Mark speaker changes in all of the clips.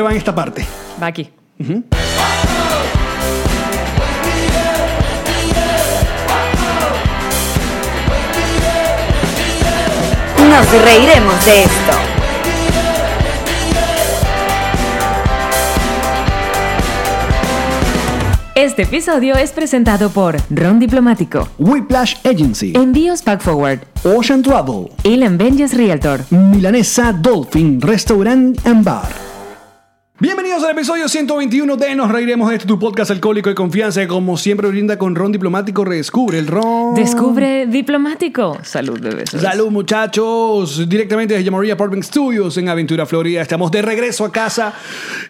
Speaker 1: va en esta parte.
Speaker 2: Va aquí.
Speaker 3: Nos reiremos de esto.
Speaker 2: Este episodio es presentado por Ron Diplomático,
Speaker 1: Whiplash Agency.
Speaker 2: Envíos Pack Forward,
Speaker 1: Ocean Travel.
Speaker 2: Elan Benjes Realtor.
Speaker 1: Milanesa Dolphin Restaurant and Bar. Bienvenidos al episodio 121 de Nos Reiremos de esto, tu podcast alcohólico de confianza que como siempre brinda con Ron Diplomático, redescubre el Ron.
Speaker 2: Descubre Diplomático. Salud, bebés.
Speaker 1: Oh. Salud muchachos, directamente desde Yamaria Apartment Studios en Aventura, Florida. Estamos de regreso a casa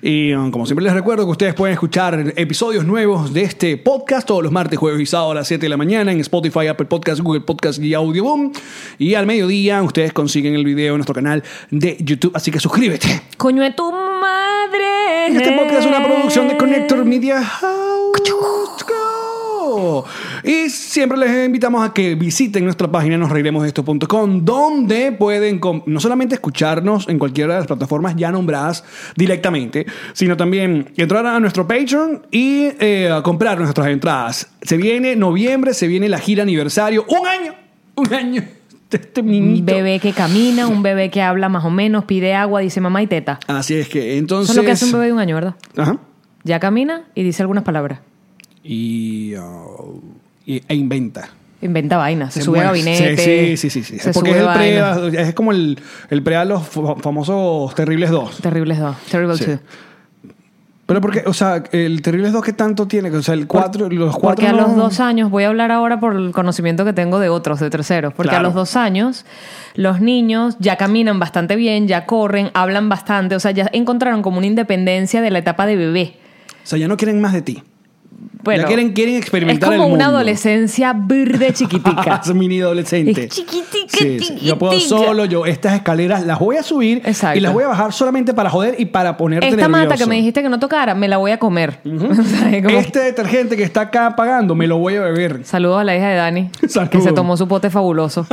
Speaker 1: y um, como siempre les recuerdo que ustedes pueden escuchar episodios nuevos de este podcast todos los martes, jueves y sábados a las 7 de la mañana en Spotify, Apple Podcast, Google Podcast y Audioboom. Y al mediodía ustedes consiguen el video en nuestro canal de YouTube, así que suscríbete.
Speaker 2: Coño de tu madre.
Speaker 1: Este podcast es una producción de Connector Media House. Y siempre les invitamos a que visiten nuestra página nosreiremosdeesto.com donde pueden com- no solamente escucharnos en cualquiera de las plataformas ya nombradas directamente, sino también entrar a nuestro Patreon y eh, a comprar nuestras entradas. Se viene noviembre, se viene la gira aniversario. ¡Un año! ¡Un año! de Este
Speaker 2: Un
Speaker 1: niñito.
Speaker 2: bebé que camina, un bebé que habla más o menos, pide agua, dice mamá y teta.
Speaker 1: Así es que entonces...
Speaker 2: Eso es lo que hace un bebé de un año, ¿verdad?
Speaker 1: Ajá.
Speaker 2: Ya camina y dice algunas palabras.
Speaker 1: Y, uh, y- e inventa.
Speaker 2: Inventa vainas, se,
Speaker 1: Se
Speaker 2: sube a
Speaker 1: mueve. Sí,
Speaker 2: gabinete.
Speaker 1: sí, sí. sí, sí.
Speaker 2: Se
Speaker 1: Porque es,
Speaker 2: sube
Speaker 1: el pre,
Speaker 2: vainas.
Speaker 1: es como el, el pre a los fa- famosos Terribles 2.
Speaker 2: Terribles dos. Terrible
Speaker 1: Sí.
Speaker 2: two.
Speaker 1: Pero porque, o sea, el Terribles 2 que tanto tiene, o sea, el 4, los 4
Speaker 2: Porque a los dos años, voy a hablar ahora por el conocimiento que tengo de otros, de terceros, porque
Speaker 1: Claro.
Speaker 2: a los dos años los niños ya caminan bastante bien, ya corren, hablan bastante, o sea, ya encontraron como una independencia de la etapa de bebé.
Speaker 1: O sea, ya no quieren más de ti.
Speaker 2: Bueno,
Speaker 1: ya quieren, quieren experimentar
Speaker 2: es como
Speaker 1: el
Speaker 2: una
Speaker 1: mundo.
Speaker 2: adolescencia verde chiquitica.
Speaker 1: es mini adolescente.
Speaker 2: Es chiquitica,
Speaker 1: Yo puedo
Speaker 2: chiquitica.
Speaker 1: solo, yo estas escaleras las voy a subir
Speaker 2: Exacto.
Speaker 1: y las voy a bajar solamente para joder y para ponerte
Speaker 2: Esta
Speaker 1: nervioso.
Speaker 2: mata que me dijiste que no tocara, me la voy a comer. O sea, es como-
Speaker 1: Este detergente que está acá pagando, me lo voy a beber.
Speaker 2: Saludos a la hija de Dani, que se
Speaker 1: Saludos.
Speaker 2: tomó su pote fabuloso.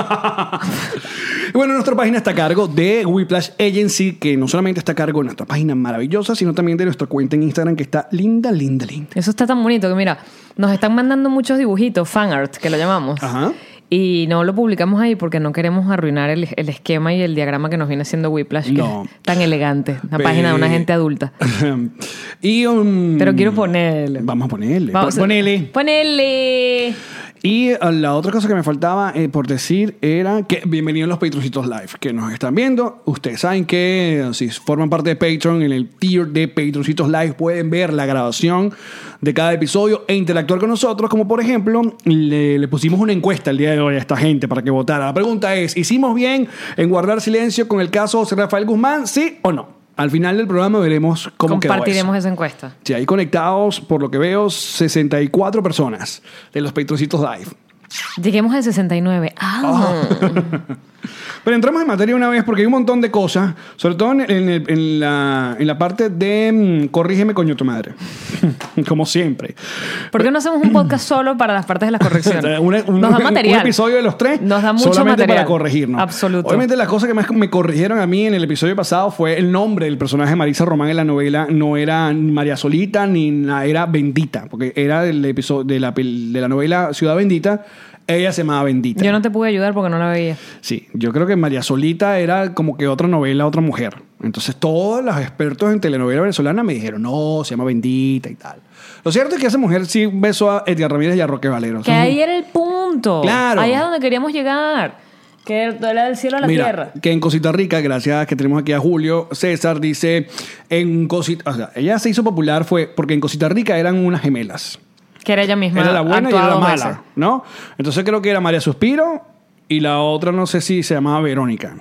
Speaker 1: Bueno, nuestra página está a cargo de Whiplash Agency, que no solamente está a cargo de nuestra página maravillosa, sino también de nuestra cuenta en Instagram, que está linda, linda, linda.
Speaker 2: Eso está tan bonito que mira, nos están mandando muchos dibujitos, fan art, que lo llamamos.
Speaker 1: Ajá.
Speaker 2: Y no lo publicamos ahí porque no queremos arruinar el, el esquema y el diagrama que nos viene haciendo Whiplash, que
Speaker 1: No.
Speaker 2: es tan elegante. Una
Speaker 1: Pe-
Speaker 2: página de una gente adulta.
Speaker 1: y un...
Speaker 2: Pero quiero ponerle.
Speaker 1: Vamos a ponerle.
Speaker 2: Vamos a-
Speaker 1: Pon- Ponele.
Speaker 2: Ponele.
Speaker 1: Y eh, la otra cosa que me faltaba eh, por decir era que bienvenidos a los Patroncitos Live que nos están viendo. Ustedes saben que eh, si forman parte de Patreon, en el tier de Patroncitos Live pueden ver la grabación de cada episodio e interactuar con nosotros. Como por ejemplo, le, le pusimos una encuesta el día de hoy a esta gente para que votara. La pregunta es, ¿hicimos bien en guardar silencio con el caso José Rafael Guzmán? ¿Sí o no? Al final del programa veremos cómo quedó eso.
Speaker 2: Compartiremos esa encuesta.
Speaker 1: Sí, hay conectados, por lo que veo, 64 personas de los Patroncitos Live.
Speaker 2: Lleguemos al 69. Ah.
Speaker 1: Pero entramos en materia una vez porque hay un montón de cosas, sobre todo en, en el- en la, en la parte de mm, corrígeme coño tu madre, como siempre.
Speaker 2: ¿Por qué no hacemos un podcast solo para las partes de las correcciones?
Speaker 1: Una- un,
Speaker 2: nos da
Speaker 1: un-
Speaker 2: material.
Speaker 1: un episodio de los tres
Speaker 2: Nos da mucho
Speaker 1: solamente
Speaker 2: material.
Speaker 1: para corregirnos.
Speaker 2: Absoluto.
Speaker 1: Obviamente la cosa que más me corrigieron a mí en el episodio pasado fue el nombre del personaje de Marisa Román en la novela. No era María Solita ni na- era Bendita, porque era del episodio de la, pel- de la novela Ciudad Bendita. Ella se llamaba Bendita.
Speaker 2: Yo no te pude ayudar porque no la veía.
Speaker 1: Sí, yo creo que María Solita era como que otra novela, otra mujer. Entonces todos los expertos en telenovela venezolana me dijeron, no, se llama Bendita y tal. Lo cierto es que esa mujer sí besó a Edgar Ramírez y a Roque Valero.
Speaker 2: Que
Speaker 1: Son-
Speaker 2: ahí era el punto.
Speaker 1: Claro.
Speaker 2: Allá es donde queríamos llegar. Que era del cielo a la
Speaker 1: Mira,
Speaker 2: tierra.
Speaker 1: que en Cosita Rica, gracias que tenemos aquí a Julio, César dice, en Cosita, o sea, ella se hizo popular fue porque en Cosita Rica eran unas gemelas.
Speaker 2: Que era ella misma.
Speaker 1: Era la buena y
Speaker 2: actuada
Speaker 1: era la
Speaker 2: dos
Speaker 1: mala,
Speaker 2: veces.
Speaker 1: ¿no? Entonces creo que era María Suspiro y la otra no sé si se llamaba Verónica.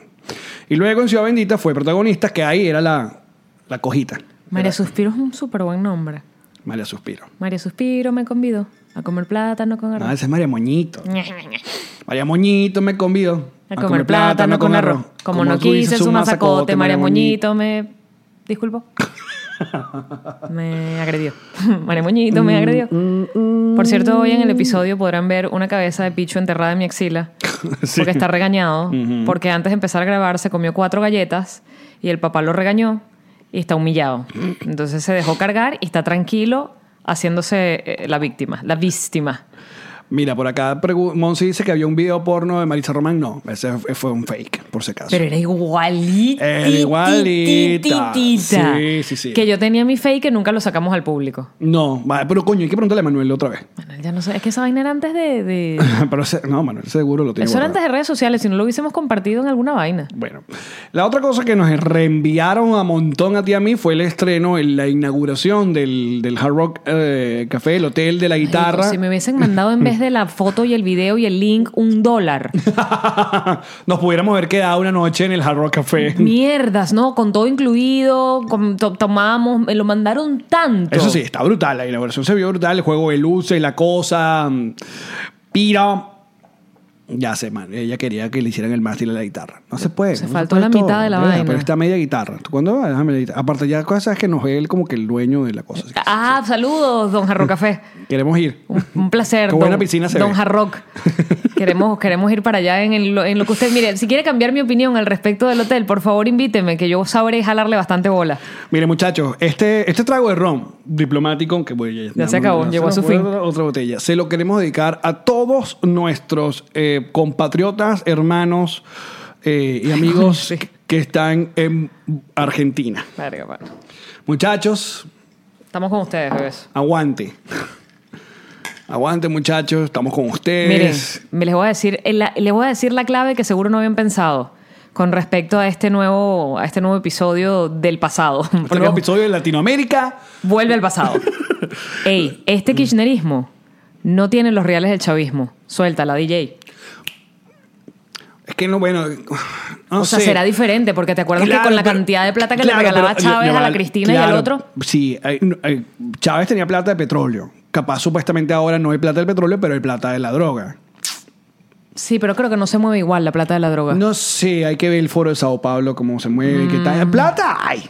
Speaker 1: Y luego en Ciudad Bendita fue protagonista, que ahí era la, la cojita.
Speaker 2: María Suspiro es un súper buen nombre.
Speaker 1: María Suspiro.
Speaker 2: María Suspiro me convidó a comer plátano con
Speaker 1: No,
Speaker 2: arroz.
Speaker 1: esa es María Moñito. María Moñito me convidó
Speaker 2: A comer plátano con arroz. Como, no
Speaker 1: tú
Speaker 2: quise
Speaker 1: dices,
Speaker 2: su mazacote, María Moñito me... Disculpo. me agredió. María Moñito me agredió. Por cierto, hoy en el episodio podrán ver una cabeza de picho enterrada en mi axila.
Speaker 1: Sí.
Speaker 2: Porque está regañado. Porque antes de empezar a grabar se comió cuatro galletas y el papá lo regañó y está humillado. Entonces se dejó cargar y está tranquilo haciéndose eh, la víctima. La víctima.
Speaker 1: Mira, por acá pregu- Monsi dice que había un video porno de Marisa Román. No, ese fue- fue un fake, por si acaso.
Speaker 2: Pero era igualita.
Speaker 1: Era igualita.
Speaker 2: tititita.
Speaker 1: Sí, sí, sí.
Speaker 2: Que yo tenía mi fake que nunca lo sacamos al público.
Speaker 1: No, vale, pero coño, hay que preguntarle a Manuel otra vez.
Speaker 2: Manuel, ya no sé. Es que esa vaina era antes de. de-
Speaker 1: pero ese- no, Manuel seguro lo tiene.
Speaker 2: Eso era
Speaker 1: guardado.
Speaker 2: antes de redes sociales. Si no lo hubiésemos compartido en alguna vaina.
Speaker 1: Bueno, la otra cosa que nos reenviaron a montón a ti y a mí fue el estreno, el- la inauguración del, del Hard Rock eh, Café, el Hotel de la Guitarra.
Speaker 2: Si me hubiesen mandado en vez de la foto y el video y el link un dólar.
Speaker 1: nos pudiéramos haber quedado una noche en el Hard Rock Café.
Speaker 2: Mierdas, ¿no? Con todo incluido, con- to- tomamos, me lo mandaron tanto.
Speaker 1: Eso sí, está brutal. La inauguración se vio brutal. El juego de luces, la cosa. mm, Pira. Ya sé, man. Ella quería que le hicieran el mástil a la guitarra. No se puede.
Speaker 2: Se
Speaker 1: no
Speaker 2: faltó
Speaker 1: puede
Speaker 2: la mitad de la
Speaker 1: ¿verdad?
Speaker 2: vaina.
Speaker 1: Pero está media guitarra. ¿Tú cuándo vas? Déjame la guitarra. Aparte, ya cosas que nos ve él como que el dueño de la cosa. Así que
Speaker 2: Ah, saludos, don Jarro Café.
Speaker 1: Queremos ir.
Speaker 2: Un, un placer.
Speaker 1: Qué buena
Speaker 2: don-
Speaker 1: piscina se
Speaker 2: Don
Speaker 1: ve.
Speaker 2: Jarrock. Queremos, queremos ir para allá en, el- en lo que usted. Mire, si quiere cambiar mi opinión al respecto del hotel, por favor invíteme, que yo sabré jalarle bastante bola.
Speaker 1: Mire, muchachos, este, este trago de ron diplomático, que bueno, ya,
Speaker 2: Ya se acabó, llegó a su
Speaker 1: puede
Speaker 2: fin.
Speaker 1: dar Otra botella. Se lo queremos dedicar a todos nuestros eh, compatriotas, hermanos eh, y amigos
Speaker 2: Sí.
Speaker 1: que están en Argentina.
Speaker 2: Verga, mano.
Speaker 1: Muchachos,
Speaker 2: Estamos con ustedes, bebés.
Speaker 1: aguante. aguante, muchachos, estamos con
Speaker 2: Miren,
Speaker 1: ustedes. Este
Speaker 2: me les voy a decir, eh, la- les voy a decir la clave que seguro no habían pensado con respecto a este nuevo, a este nuevo episodio del pasado.
Speaker 1: Este
Speaker 2: Porque
Speaker 1: nuevo episodio de Latinoamérica.
Speaker 2: Vuelve al pasado. Ey, este
Speaker 1: Mm.
Speaker 2: kirchnerismo no tiene los reales del chavismo. Suéltala, DJ.
Speaker 1: Es que no, bueno, no
Speaker 2: o sea,
Speaker 1: sé.
Speaker 2: será diferente, porque te acuerdas
Speaker 1: Claro,
Speaker 2: que con la
Speaker 1: pero-
Speaker 2: cantidad de plata que
Speaker 1: claro,
Speaker 2: le regalaba
Speaker 1: pero- ya-
Speaker 2: Chávez
Speaker 1: ya
Speaker 2: a la
Speaker 1: va,
Speaker 2: Cristina y
Speaker 1: claro,
Speaker 2: al otro.
Speaker 1: Sí, eh, no, eh, Chávez tenía plata de petróleo. Capaz supuestamente ahora no hay plata del petróleo, pero hay plata de la droga.
Speaker 2: Sí, pero creo que no se mueve igual la plata de la droga.
Speaker 1: No sé, hay que ver el foro de Sao Paulo, cómo se mueve, qué
Speaker 2: Mm.
Speaker 1: tal. ¡Plata hay!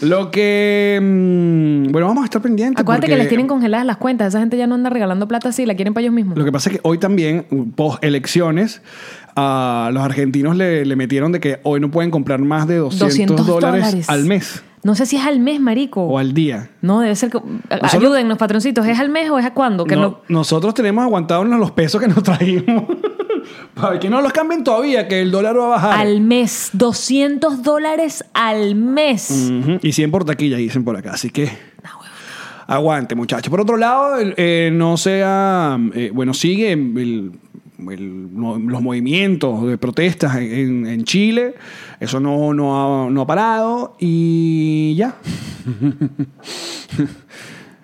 Speaker 1: Lo que... mm, bueno, vamos a estar pendientes.
Speaker 2: Acuérdate que
Speaker 1: porque
Speaker 2: les tienen congeladas las cuentas. Esa gente ya no anda regalando plata así, la quieren para ellos mismos.
Speaker 1: Lo que pasa es que hoy también, uh, post elecciones, a los argentinos le, le metieron de que hoy no pueden comprar más de 200,
Speaker 2: 200
Speaker 1: dólares al mes
Speaker 2: No sé si es al mes, marico.
Speaker 1: o al día.
Speaker 2: No, debe ser que... Ayúdennos, patroncitos. ¿Es al mes o es a cuándo? Que
Speaker 1: No-
Speaker 2: no-
Speaker 1: Nosotros tenemos aguantados los pesos que nos trajimos. Para que no los cambien todavía, que el dólar va a bajar.
Speaker 2: Al mes. 200 dólares al mes.
Speaker 1: Ujú, Y 100 por taquilla, dicen por acá. Así que. Aguante, muchachos. Por otro lado, el- eh, no sea. eh, bueno, sigue el- el- no- los movimientos de protestas en, en Chile. Eso no, no, ha, no ha parado. Y ya.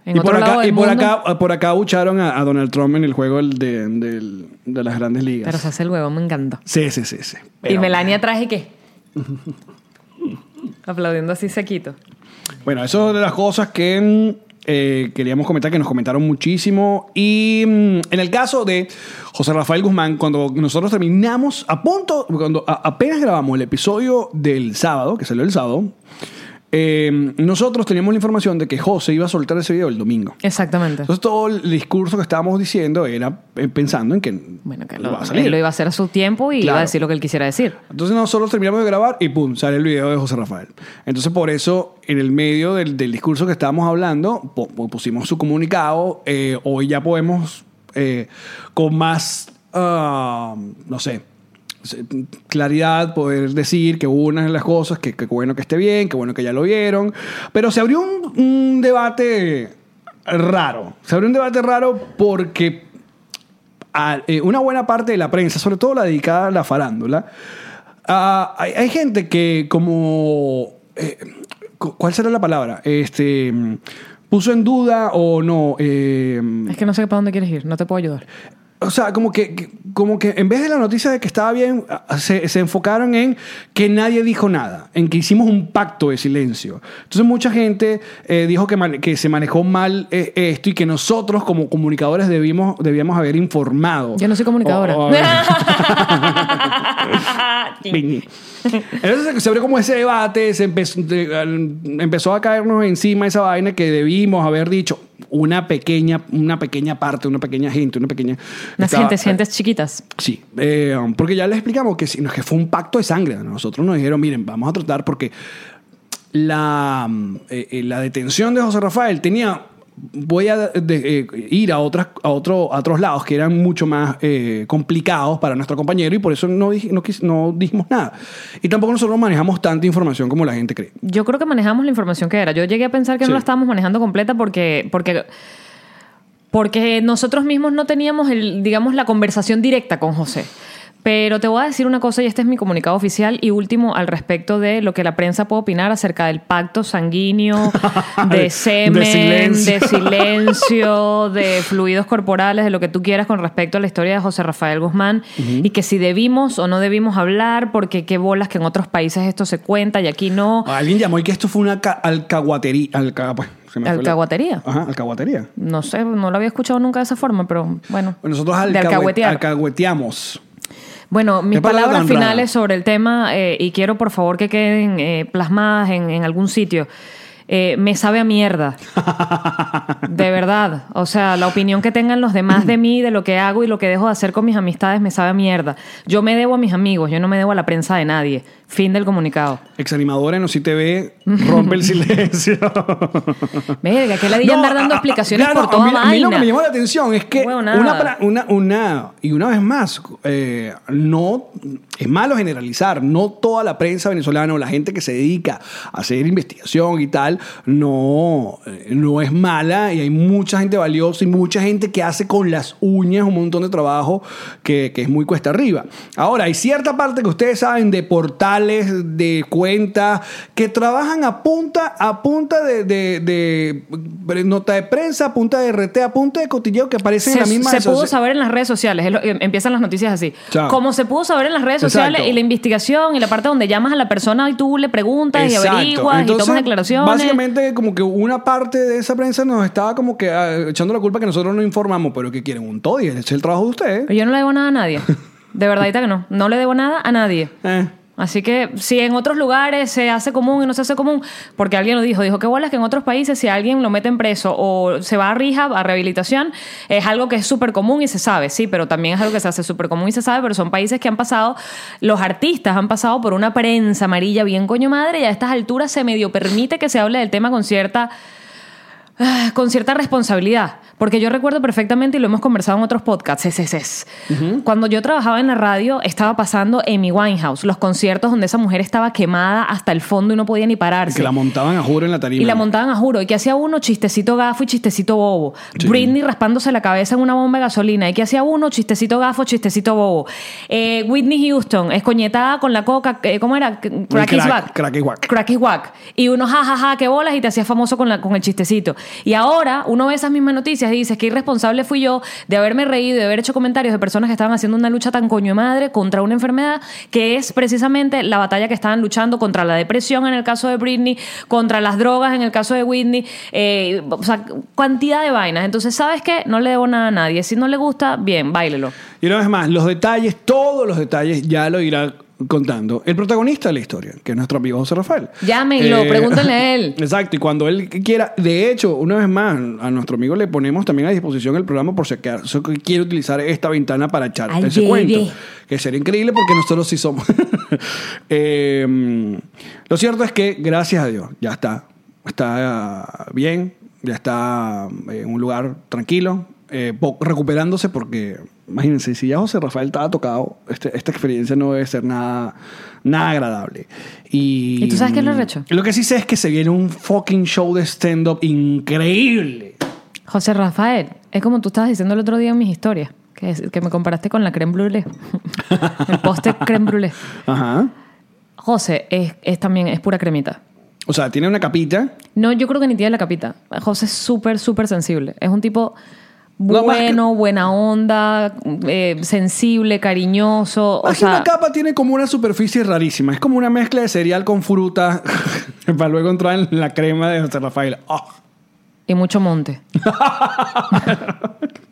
Speaker 2: En
Speaker 1: y
Speaker 2: otro
Speaker 1: por acá,
Speaker 2: lado del
Speaker 1: y por
Speaker 2: mundo.
Speaker 1: acá, por acá bucharon a, a Donald Trump en el juego del- de, del- de las grandes ligas.
Speaker 2: Pero se hace el huevo, me encanta.
Speaker 1: Sí, sí, sí, sí.
Speaker 2: y
Speaker 1: Pero-
Speaker 2: Melania traje qué? Aplaudiendo así sequito.
Speaker 1: Bueno, eso es de las cosas que mm, eh, queríamos comentar, que nos comentaron muchísimo. Y mm, en el caso de José Rafael Guzmán, cuando nosotros terminamos, a punto, cuando a- apenas grabamos el episodio del sábado, que salió el sábado, eh, nosotros teníamos la información de que José iba a soltar ese video el domingo.
Speaker 2: Exactamente.
Speaker 1: Entonces todo el discurso que estábamos diciendo era eh, pensando en que
Speaker 2: Bueno, que
Speaker 1: no
Speaker 2: lo,
Speaker 1: iba a salir.
Speaker 2: él lo iba a hacer a su tiempo y iba
Speaker 1: Claro.
Speaker 2: a decir lo que él quisiera decir.
Speaker 1: Entonces nosotros terminamos de grabar y pum, sale el video de José Rafael. Entonces por eso, en el medio del, del discurso que estábamos hablando, po- po- pusimos su comunicado. eh, hoy ya podemos, eh, con más, ah, no sé, se- claridad, poder decir que hubo unas de las cosas, que, que bueno que esté bien, que bueno que ya lo vieron. Pero se abrió un, un debate raro. Se abrió un debate raro porque a- eh, una buena parte de la prensa, sobre todo la dedicada a la farándula, ah, hay, hay gente que como... eh, cu- ¿Cuál será la palabra? Este, mm, puso en duda o no. eh,
Speaker 2: Es que no sé para dónde quieres ir, no te puedo ayudar.
Speaker 1: o sea, como que, que- como que en vez de la noticia de que estaba bien, a- se, se enfocaron en que nadie dijo nada, en que hicimos un pacto de silencio. Entonces mucha gente eh, dijo que, mane- que se manejó mal eh, esto y que nosotros como comunicadores debimos, debíamos haber informado.
Speaker 2: Yo no soy comunicadora.
Speaker 1: O- o haber- Piñi. Entonces se abrió como ese debate, se empezó, de- al- empezó a caernos encima esa vaina que debimos haber dicho una pequeña, una pequeña parte, una pequeña gente, una pequeña...
Speaker 2: Unas
Speaker 1: estaba-
Speaker 2: gentes, gentes chiquitas.
Speaker 1: Sí, eh, um, porque ya les explicamos que, si- no, que fue un pacto de sangre. Nosotros nos dijeron, miren, vamos a tratar porque la, mm, eh, eh, la detención de José Rafael tenía... Voy a de- eh, ir a, otras, a, otro, a otros lados que eran mucho más eh, complicados para nuestro compañero y por eso no, dij- no, quis- no dijimos nada. Y tampoco nosotros manejamos tanta información como la gente cree.
Speaker 2: Yo creo que manejamos la información que era. Yo llegué a pensar que
Speaker 1: Sí.
Speaker 2: no la estábamos manejando completa porque, porque, porque nosotros mismos no teníamos, el, digamos, la conversación directa con José. Pero te voy a decir una cosa y este es mi comunicado oficial y último al respecto de lo que la prensa puede opinar acerca del pacto sanguíneo,
Speaker 1: De
Speaker 2: de semen,
Speaker 1: silencio.
Speaker 2: de silencio, de fluidos corporales, de lo que tú quieras con respecto a la historia de José Rafael Guzmán y que si debimos o no debimos hablar porque qué bolas que en otros países esto se cuenta y aquí no.
Speaker 1: Alguien llamó y que esto fue una ca- alcahuatería. alca- pues, se me fue la-
Speaker 2: Alcahuatería.
Speaker 1: Ajá, alcahuatería.
Speaker 2: No sé, no lo había escuchado nunca de esa forma, pero bueno.
Speaker 1: Nosotros
Speaker 2: de
Speaker 1: alcahuete-
Speaker 2: alcahuetear.
Speaker 1: alcahueteamos.
Speaker 2: Bueno, mis
Speaker 1: Qué palabra
Speaker 2: palabras
Speaker 1: tan
Speaker 2: finales
Speaker 1: rara.
Speaker 2: sobre el tema, eh, y quiero por favor que queden eh, plasmadas en, en algún sitio. Eh, me sabe a mierda. De verdad. O sea, la opinión que tengan los demás de mí, de lo que hago y lo que dejo de hacer con mis amistades, me sabe a mierda. Yo me debo a mis amigos, yo no me debo a la prensa de nadie. Fin del comunicado.
Speaker 1: Exanimadora en OCI TV rompe el silencio.
Speaker 2: Verga, que le di andar dando
Speaker 1: a- a-
Speaker 2: explicaciones
Speaker 1: ah, claro,
Speaker 2: por toda
Speaker 1: a mí, a mí lo que
Speaker 2: vaina.
Speaker 1: me llamó la atención es que
Speaker 2: Huevonada.
Speaker 1: una, pra- una, una- y una vez más, eh, no es malo generalizar, no toda la prensa venezolana o la gente que se dedica a hacer investigación y tal, no, eh, no es mala y hay mucha gente valiosa y mucha gente que hace con las uñas un montón de trabajo que, que es muy cuesta arriba. Ahora, hay cierta parte que ustedes saben de portales, de cuentas, que trabajan a punta, a punta de, de- de pre- nota de prensa, a punta de RT, a punta de cotilleo que aparecen
Speaker 2: se,
Speaker 1: en la misma
Speaker 2: se
Speaker 1: asoci-
Speaker 2: pudo saber en las redes sociales. es lo- em- empiezan las noticias así.
Speaker 1: Chao.
Speaker 2: Como se pudo saber en las redes
Speaker 1: Exacto.
Speaker 2: sociales y la investigación y la parte donde llamas a la persona y tú le preguntas
Speaker 1: Exacto.
Speaker 2: y averiguas y
Speaker 1: Entonces,
Speaker 2: tomas declaraciones.
Speaker 1: Básicamente, como que una parte de esa prensa nos estaba como que ah, echando la culpa que nosotros no informamos, pero que quieren un todo y ese es el trabajo de ustedes.
Speaker 2: Pero yo no le debo nada a nadie. De verdad que no. No le debo nada a nadie.
Speaker 1: Eh.
Speaker 2: Así que si en otros lugares se hace común y no se hace común, porque alguien lo dijo, dijo que bolas que en otros países si alguien lo meten preso o se va a rehab, a rehabilitación, es algo que es súper común y se sabe, sí, pero también es algo que se hace súper común y se sabe, pero son países que han pasado, los artistas han pasado por una prensa amarilla bien coño madre y a estas alturas se medio permite que se hable del tema con cierta ah, con cierta responsabilidad, porque yo recuerdo perfectamente y lo hemos conversado en otros podcasts, es, es, es. cuando yo trabajaba en la radio estaba pasando Amy Winehouse, los conciertos donde esa mujer estaba quemada hasta el fondo y no podía ni pararse.
Speaker 1: Que la montaban a juro en la tarima.
Speaker 2: Y la montaban a juro. ¿Y que hacía uno? Chistecito gafo y chistecito bobo. Britney raspándose la cabeza en una bomba de gasolina. ¿Y que hacía uno? Chistecito gafo, chistecito bobo. Eh, Whitney Houston, escoñetada con la coca. eh, ¿Cómo era? C- Crack is
Speaker 1: crack-
Speaker 2: back.
Speaker 1: crack is back.
Speaker 2: Crack is back. Y uno jajaja, ja, ja, qué bolas, y te hacías famoso con, la, con el chistecito. Y ahora uno ve esas mismas noticias y dices que irresponsable fui yo de haberme reído y de haber hecho comentarios de personas que estaban haciendo una lucha tan coño de madre contra una enfermedad que es precisamente la batalla que estaban luchando contra la depresión en el caso de Britney, contra las drogas en el caso de Whitney, eh, o sea, cantidad de vainas. Entonces, ¿sabes qué? No le debo nada a nadie. Si no le gusta, bien, báilelo.
Speaker 1: Y una vez más, los detalles, todos los detalles ya lo irá contando el protagonista de la historia, que es nuestro amigo José Rafael. Eh,
Speaker 2: Llámenlo, pregúntenle a él.
Speaker 1: Exacto, y cuando él quiera. De hecho, una vez más, a nuestro amigo le ponemos también a disposición el programa por si acaso que quiere utilizar esta ventana para echar
Speaker 2: Ay,
Speaker 1: ese
Speaker 2: baby.
Speaker 1: cuento. Que sería increíble porque nosotros sí somos. Eh, lo cierto es que, gracias a Dios, ya está. Está bien, ya está eh, en un lugar tranquilo, eh, po- recuperándose porque, imagínense, si ya José Rafael estaba tocado, este- esta experiencia no debe ser nada, nada agradable. Y,
Speaker 2: ¿Y tú sabes qué es lo recho?
Speaker 1: Lo que sí sé es que se viene un fucking show de stand-up increíble.
Speaker 2: José Rafael, es como tú estabas diciendo el otro día en mis historias, que, es- que me comparaste con la creme brûlée, el poste creme brûlée.
Speaker 1: Ajá.
Speaker 2: José es, es también es pura cremita.
Speaker 1: O sea, tiene una capita.
Speaker 2: No, yo creo que ni tiene la capita. José es súper, súper sensible. Es un tipo
Speaker 1: No, más que-
Speaker 2: bueno, buena onda, eh, sensible, cariñoso. O
Speaker 1: Más que
Speaker 2: sea,
Speaker 1: una capa tiene como una superficie rarísima. Es como una mezcla de cereal con fruta para luego entrar en la crema de José Rafael. Ah.
Speaker 2: y mucho monte.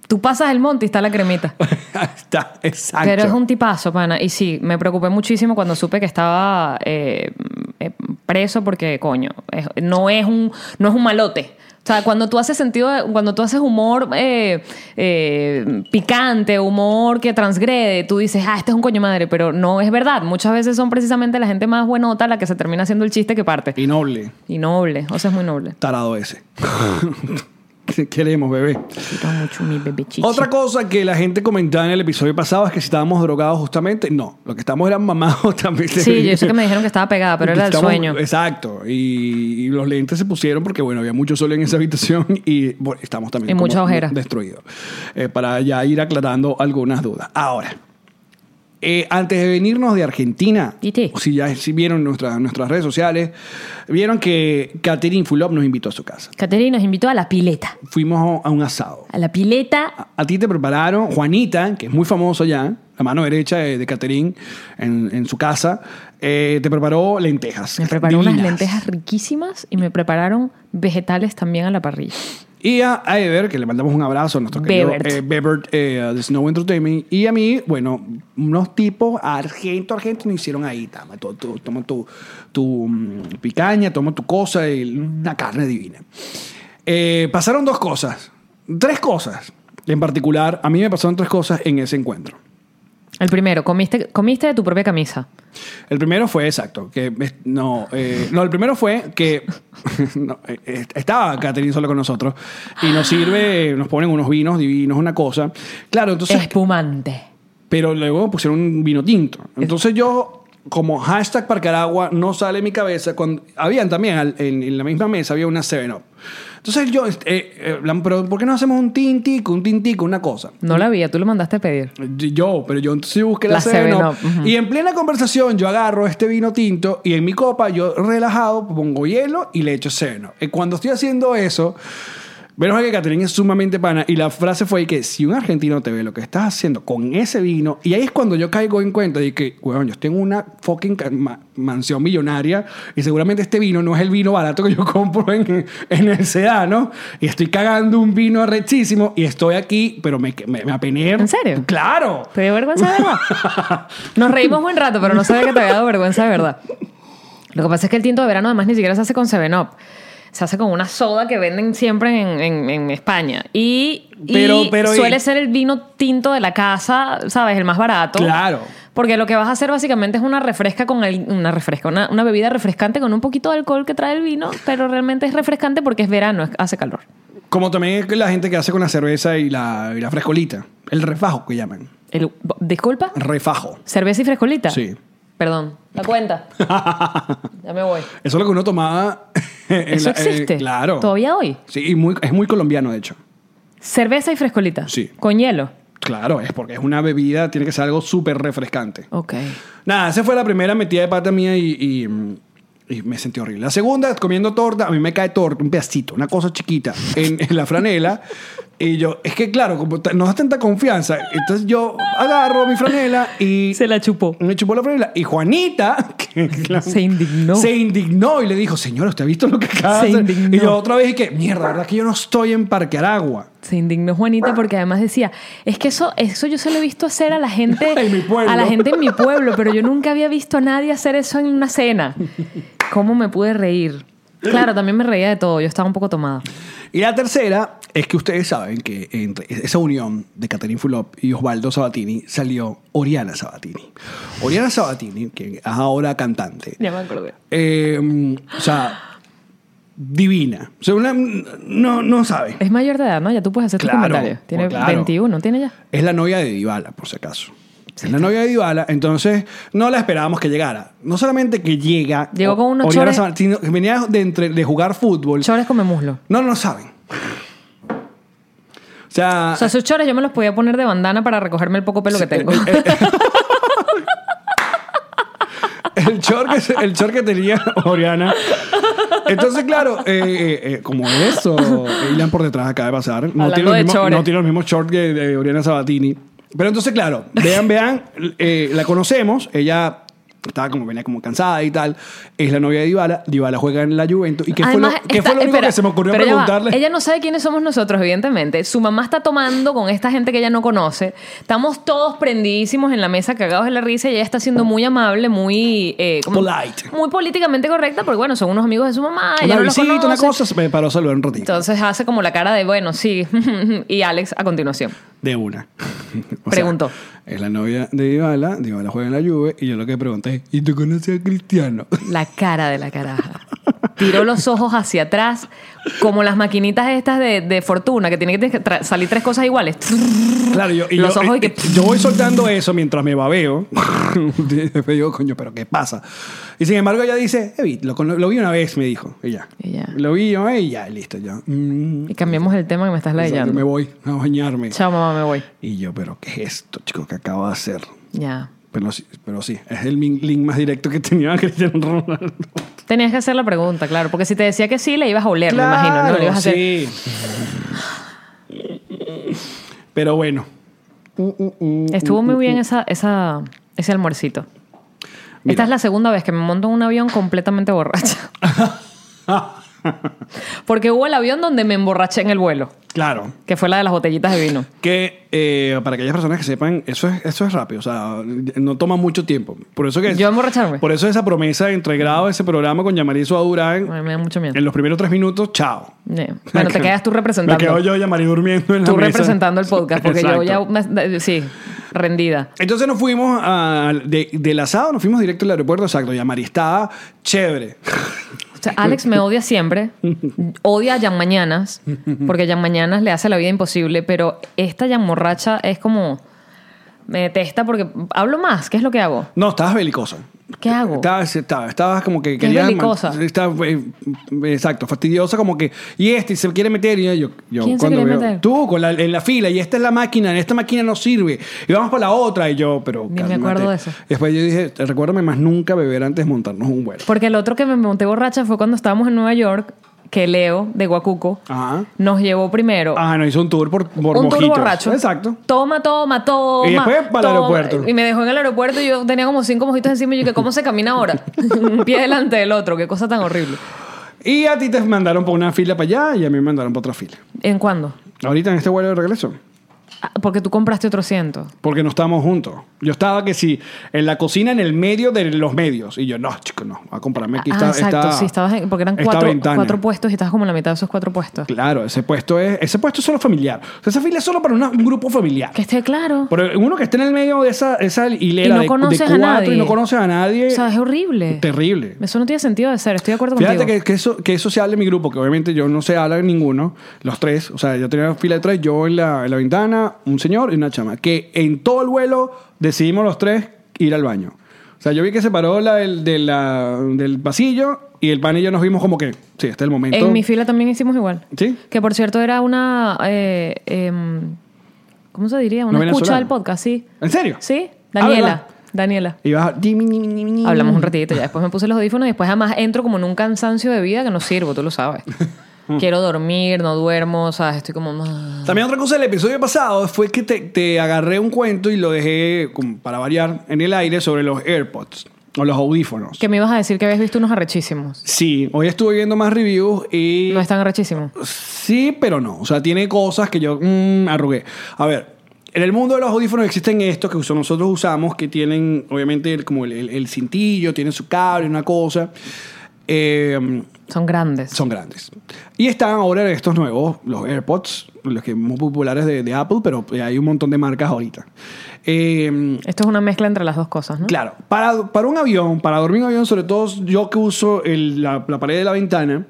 Speaker 2: Tú pasas el monte y está la cremita.
Speaker 1: Ahí Está, exacto.
Speaker 2: Pero es un tipazo, pana. Y sí, me preocupé muchísimo cuando supe que estaba eh, eh, preso porque, coño, es- no, es un, no es un malote. O sea, cuando tú haces sentido, de- cuando tú haces humor eh, eh, picante, humor que transgrede, tú dices, ah, este es un coño madre, pero no es verdad. Muchas veces son precisamente la gente más buenota la que se termina haciendo el chiste que parte.
Speaker 1: Y noble,
Speaker 2: Y noble, o sea, es muy noble.
Speaker 1: tarado ese. ¿Qué queremos, bebé?
Speaker 2: Quiero mucho mi bebé chichi.
Speaker 1: Otra cosa que la gente comentaba en el episodio pasado es que si estábamos drogados justamente. No, lo que estamos eran mamados también.
Speaker 2: Sí, yo sé que me dijeron que estaba pegada, Ah, pero era el
Speaker 1: Estamos-
Speaker 2: sueño.
Speaker 1: Exacto. Y, y los lentes se pusieron porque, bueno, había mucho sol en esa habitación y bueno, estamos también
Speaker 2: Y
Speaker 1: como
Speaker 2: mucha ojera.
Speaker 1: destruidos. Eh, para ya ir aclarando algunas dudas. Ahora, eh, antes de venirnos de Argentina,
Speaker 2: ¿Y ti?
Speaker 1: si ya si vieron nuestra- nuestras redes sociales, vieron que Catherine Fulop nos invitó a su casa.
Speaker 2: Caterina nos invitó a la pileta.
Speaker 1: Fuimos a un asado.
Speaker 2: A la pileta
Speaker 1: A- A ti te prepararon Juanita, que es muy famoso ya, la mano derecha de, de Catherine en, en su casa, eh, te preparó lentejas.
Speaker 2: Me prepararon unas
Speaker 1: divinas.
Speaker 2: lentejas riquísimas y me prepararon vegetales también a la parrilla.
Speaker 1: Y a, a Ever, que le mandamos un abrazo a nuestro querido
Speaker 2: Bebert.
Speaker 1: eh, Bebert eh, de Snow Entertainment. Y a mí, bueno, unos tipos argento, argento, nos hicieron ahí. Toma tu, tu- toma tu, tu, mm, picaña, toma tu cosa, y una carne divina. Eh, pasaron dos cosas, tres cosas en particular. A mí me pasaron tres cosas en ese encuentro.
Speaker 2: El primero, comiste, comiste de tu propia camisa.
Speaker 1: El primero fue, exacto, que es- no, eh, no, el primero fue que no, eh, eh, estaba Catherine sola con nosotros y nos sirve, eh, nos ponen unos vinos divinos, una cosa. Claro, entonces,
Speaker 2: Eh. Espumante.
Speaker 1: pero luego pusieron un vino tinto. Entonces yo, como hashtag Parcaragua, no sale de mi cabeza, cuando, habían también al- en, en la misma mesa, había una 7-Up. Entonces yo, este, eh, eh, Blan, pero ¿por qué no hacemos un tintico, un tintico, una cosa?
Speaker 2: No la vi, tú lo mandaste a pedir.
Speaker 1: Yo, pero yo entonces busqué la,
Speaker 2: La
Speaker 1: 7
Speaker 2: 7
Speaker 1: Up.
Speaker 2: Up, ujú.
Speaker 1: Y en plena conversación yo agarro este vino tinto y en mi copa yo relajado pongo hielo y le echo 7 Up. Y cuando estoy haciendo eso, menos mal que Catherine es sumamente pana y la frase fue que si un argentino te ve lo que estás haciendo con ese vino, y ahí es cuando yo caigo en cuenta de que, weón, yo tengo una fucking ca- ma- mansión millonaria y seguramente este vino no es el vino barato que yo compro en, en el sedano y estoy cagando un vino arrechísimo y estoy aquí, pero me, me, me apené.
Speaker 2: ¿En serio?
Speaker 1: ¡Claro!
Speaker 2: ¿Te dio vergüenza de verdad? Nos reímos buen rato, pero no sabía que te había dado vergüenza de verdad. Lo que pasa es que el tinto de verano además ni siquiera se hace con 7-Up. Se hace con una soda que venden siempre en, en- en España. Y, y
Speaker 1: Pero- pero, ¿y?
Speaker 2: suele ser el vino tinto de la casa, ¿sabes? El más barato.
Speaker 1: Claro.
Speaker 2: Porque lo que vas a hacer básicamente es una refresca con el- una refresca, una, una bebida refrescante con un poquito de alcohol que trae el vino, pero realmente es refrescante porque es verano, es- hace calor.
Speaker 1: Como también la gente que hace con la cerveza y la, y la frescolita. El refajo que llaman.
Speaker 2: El- Disculpa,
Speaker 1: Refajo.
Speaker 2: cerveza y frescolita.
Speaker 1: Sí.
Speaker 2: Perdón, la cuenta. ya me voy.
Speaker 1: Eso es lo que uno tomaba. en
Speaker 2: Eso
Speaker 1: la- eh,
Speaker 2: existe.
Speaker 1: claro.
Speaker 2: Todavía hoy.
Speaker 1: Sí, y muy, es muy colombiano, de hecho.
Speaker 2: Cerveza y frescolita.
Speaker 1: Sí.
Speaker 2: Con hielo.
Speaker 1: Claro, es porque es una bebida, tiene que ser algo súper refrescante.
Speaker 2: Ok.
Speaker 1: Nada, esa fue la primera metida de pata mía y, y, mm, y me sentí horrible. La segunda, comiendo torta, a mí me cae torta, un pedacito, una cosa chiquita, en, en la franela. Y yo, es que claro, como ta- nos da tanta confianza. Entonces yo agarro mi franela y...
Speaker 2: Se la chupó.
Speaker 1: Me chupó la franela. Y Juanita, que la-
Speaker 2: Se indignó.
Speaker 1: Se indignó y le dijo, señora, ¿usted ha visto lo que acaba de
Speaker 2: Se
Speaker 1: hacer?"
Speaker 2: indignó.
Speaker 1: Y yo otra vez dije, mierda, ¿verdad que yo no estoy en Parque Aragua?
Speaker 2: Se indignó Juanita porque además decía, es que eso, eso yo se lo he visto hacer a la gente
Speaker 1: En mi pueblo.
Speaker 2: a la gente en mi pueblo, pero yo nunca había visto a nadie hacer eso en una cena. ¿Cómo me pude reír? Claro, también me reía de todo, yo estaba un poco tomada.
Speaker 1: Y la tercera es que ustedes saben que entre esa unión de Catherine Fulop y Osvaldo Sabatini salió Oriana Sabatini. Oriana Sabatini, que es ahora cantante,
Speaker 2: Ya me acordé.
Speaker 1: eh, o sea, divina. O sea, una- no, no sabe.
Speaker 2: Es mayor de edad, ¿no? Ya tú puedes hacer
Speaker 1: Claro, pues,
Speaker 2: tu comentario. Tiene
Speaker 1: claro.
Speaker 2: 21, tiene ya.
Speaker 1: Es la novia de Dybala, por si acaso. es la novia de Dybala, entonces no la esperábamos que llegara. No solamente que llega.
Speaker 2: Llegó con unos
Speaker 1: Oriana
Speaker 2: chores.
Speaker 1: Sabatini, sino que venía de, entre- de jugar fútbol.
Speaker 2: Chores come muslo.
Speaker 1: No, no saben. O sea,
Speaker 2: O sea, esos chores yo me los podía poner de bandana para recogerme el poco pelo que tengo.
Speaker 1: Eh, eh, eh. el short que, se- el short que tenía Oriana. Entonces, claro, eh, eh, eh, como eso, eh, Ilan por detrás acaba de pasar. No
Speaker 2: Hablando
Speaker 1: tiene, los
Speaker 2: de
Speaker 1: mismos,
Speaker 2: chores.
Speaker 1: no tiene los mismos shorts que de Oriana Sabatini. Pero entonces, claro, vean, vean, eh, la conocemos. Ella estaba como, venía como cansada y tal. Es la novia de Dybala. Dybala juega en la Juventus. ¿Y qué fue lo,
Speaker 2: Además,
Speaker 1: qué
Speaker 2: está-
Speaker 1: fue lo único
Speaker 2: espera,
Speaker 1: que se me ocurrió
Speaker 2: pero ya va.
Speaker 1: preguntarle?
Speaker 2: Ella no sabe quiénes somos nosotros, evidentemente. Su mamá está tomando con esta gente que ella no conoce. Estamos todos prendidísimos en la mesa, cagados de la risa, y ella está siendo muy amable, muy. eh,
Speaker 1: Polite.
Speaker 2: Muy políticamente correcta, porque bueno, son unos amigos de su mamá. ella
Speaker 1: una
Speaker 2: no los
Speaker 1: visita, una
Speaker 2: conoce.
Speaker 1: cosa, se me paró a saludar un ratito.
Speaker 2: Entonces hace como la cara de, bueno, sí. y Alex, a continuación.
Speaker 1: De una. O sea,
Speaker 2: Preguntó.
Speaker 1: es la novia de Dybala. Dybala juega en la Juve. Y yo lo que pregunté es, ¿y tú conoces a Cristiano?
Speaker 2: La cara de la caraja. Tiró los ojos hacia atrás, como las maquinitas estas de, de fortuna, que tienen que tra- salir tres cosas iguales.
Speaker 1: Claro, yo, y
Speaker 2: Los
Speaker 1: yo,
Speaker 2: ojos
Speaker 1: eh,
Speaker 2: y que-
Speaker 1: yo voy soltando eso mientras me babeo. Y Después digo, coño, pero ¿qué pasa? Y sin embargo ella dice, "Eh, vi, lo, cono- lo vi una vez, me dijo. Y ya.
Speaker 2: Y ya.
Speaker 1: Lo vi yo, eh, y ya, listo, ya. Mm,
Speaker 2: Y cambiamos el tema que me estás
Speaker 1: yo me
Speaker 2: leyendo.
Speaker 1: voy a bañarme.
Speaker 2: Chao, mamá, me voy.
Speaker 1: Y yo, pero ¿qué es esto, chico, que acabo de hacer?
Speaker 2: Ya.
Speaker 1: Pero sí, pero sí, es el min- link más directo que tenía Cristiano Ronaldo.
Speaker 2: Tenías que hacer la pregunta, claro, porque si te decía que sí, le ibas a oler, me imagino, ¿no? Le ibas a hacer.
Speaker 1: sí. Pero bueno. Uh, uh, uh,
Speaker 2: Estuvo
Speaker 1: uh,
Speaker 2: muy
Speaker 1: uh,
Speaker 2: bien esa, esa, ese almuercito.
Speaker 1: Mira.
Speaker 2: Esta es la segunda vez que me monto en un avión completamente borracha.
Speaker 1: Ah,
Speaker 2: Porque hubo el avión donde me emborraché en el vuelo,
Speaker 1: Claro.
Speaker 2: que fue la de las botellitas de vino.
Speaker 1: Que eh, para aquellas personas que sepan, eso es, eso es rápido, o sea, no toma mucho tiempo. Por eso que
Speaker 2: ¿Yo emborracharme?
Speaker 1: Por eso esa promesa entre grado ese programa con Yamarizu a Durán,
Speaker 2: Ay, me da mucho miedo.
Speaker 1: en los primeros tres minutos, chao.
Speaker 2: Yeah. Bueno, te quedas tú representando.
Speaker 1: Me quedo yo Yamari durmiendo en la
Speaker 2: tú
Speaker 1: mesa.
Speaker 2: representando el podcast, porque yo
Speaker 1: Exacto.
Speaker 2: ya. me- sí, rendida.
Speaker 1: Entonces nos fuimos al- de, del asado, nos fuimos directo al aeropuerto, exacto. Yamari estaba chévere.
Speaker 2: O sea, Alex me odia siempre. Odia a Jan Mañanas, porque Jan Mañanas le hace la vida imposible, pero esta Jan Morracha es como. Me detesta porque hablo más. ¿Qué es lo que hago?
Speaker 1: No, estabas belicosa.
Speaker 2: ¿Qué hago?
Speaker 1: Estabas, estabas, estabas como que
Speaker 2: Que es
Speaker 1: querías. man-
Speaker 2: belicosa.
Speaker 1: estabas, eh, exacto, fastidiosa, como que. Y este se quiere meter. Y yo, yo
Speaker 2: ¿Quién se
Speaker 1: cuando
Speaker 2: quiere
Speaker 1: veo,
Speaker 2: meter?
Speaker 1: Tú, con la- en la fila. Y esta es la máquina. Esta máquina no sirve. Y vamos para la otra. Y yo, pero.
Speaker 2: Ni me acuerdo de eso.
Speaker 1: Después yo dije, recuérdame más nunca beber antes de montarnos un vuelo.
Speaker 2: Porque el otro que me monté borracha fue cuando estábamos en Nueva York, que Leo de Guacuco
Speaker 1: Ajá.
Speaker 2: nos llevó primero.
Speaker 1: Ah, no, hizo un tour por, por
Speaker 2: un tour
Speaker 1: mojitos.
Speaker 2: borracho.
Speaker 1: Exacto.
Speaker 2: Toma, toma, toma.
Speaker 1: Y después para el
Speaker 2: toma.
Speaker 1: aeropuerto.
Speaker 2: Y me dejó en el aeropuerto y yo tenía como cinco mojitos encima y yo que ¿cómo se camina ahora? un pie delante del otro, qué cosa tan horrible.
Speaker 1: Y a ti te mandaron por una fila para allá y a mí me mandaron para otra fila.
Speaker 2: ¿En cuándo?
Speaker 1: Ahorita en este vuelo de regreso.
Speaker 2: Ah, Porque tú compraste otro ciento.
Speaker 1: Porque no estábamos juntos. Yo estaba que sí, en la cocina, en el medio de los medios. Y yo, no, chico, no, a comprarme aquí.
Speaker 2: Ah,
Speaker 1: está,
Speaker 2: exacto,
Speaker 1: está-
Speaker 2: sí, estabas en- porque eran
Speaker 1: esta
Speaker 2: cuatro,
Speaker 1: ventana.
Speaker 2: cuatro puestos y estabas como en la mitad de esos cuatro puestos.
Speaker 1: Claro, ese puesto es, ese puesto es solo familiar. O sea, esa fila es solo para una- un grupo familiar.
Speaker 2: Que esté claro.
Speaker 1: Pero uno que esté en el medio de esa, esa hilera
Speaker 2: Y no
Speaker 1: de- de,
Speaker 2: conoces a
Speaker 1: cuatro
Speaker 2: nadie.
Speaker 1: y no conoces a nadie.
Speaker 2: o sea, es horrible.
Speaker 1: Terrible.
Speaker 2: Eso no tiene sentido de ser, estoy de acuerdo
Speaker 1: Fíjate
Speaker 2: contigo.
Speaker 1: que, que eso, que eso se habla en mi grupo, que obviamente yo no se habla en ninguno, los tres. O sea, yo tenía fila de tres, yo en la, en la ventana, un señor y una chama. Que en todo el vuelo decidimos los tres ir al baño. O sea, yo vi que se paró la del, de la- del pasillo y el pan y yo nos vimos como que, sí, este es el momento.
Speaker 2: en mi fila también hicimos igual.
Speaker 1: ¿Sí?
Speaker 2: Que por cierto era una. eh, em, ¿Cómo se diría? Una
Speaker 1: Una
Speaker 2: escucha
Speaker 1: venezolana.
Speaker 2: del podcast, sí.
Speaker 1: ¿En serio?
Speaker 2: ¿Sí?
Speaker 1: Ah,
Speaker 2: Daniela.
Speaker 1: ¿verdad? Mm.
Speaker 2: Daniela.
Speaker 1: Y vas a- dimi, dimi, dimi, dimi.
Speaker 2: Hablamos un ratito, ya después me puse los audífonos y después además entro como en un cansancio de vida que no sirvo, tú lo sabes.
Speaker 1: Mm.
Speaker 2: Quiero dormir, no duermo, o sea, estoy como... "Ah".
Speaker 1: También otra cosa del episodio pasado fue que te, te agarré un cuento y lo dejé, como para variar, en el aire sobre los AirPods o los audífonos.
Speaker 2: Que me ibas a decir que habías visto unos arrechísimos.
Speaker 1: Sí, hoy estuve viendo más reviews y...
Speaker 2: No están arrechísimos.
Speaker 1: Sí, pero no. O sea, tiene cosas que yo mm, arrugué. A ver, en el mundo de los audífonos existen estos que uso- nosotros usamos, que tienen, obviamente, el- como el, el- el cintillo, tienen su cable, una cosa. Eh,
Speaker 2: Son grandes.
Speaker 1: son grandes. Y están ahora estos nuevos, los AirPods, los que muy populares de, de Apple, pero hay un montón de marcas ahorita. Eh,
Speaker 2: Esto es una mezcla entre las dos cosas, ¿no?
Speaker 1: Claro, para, para un avión, para dormir en avión, sobre todo yo que uso el- la, la pared de la ventana,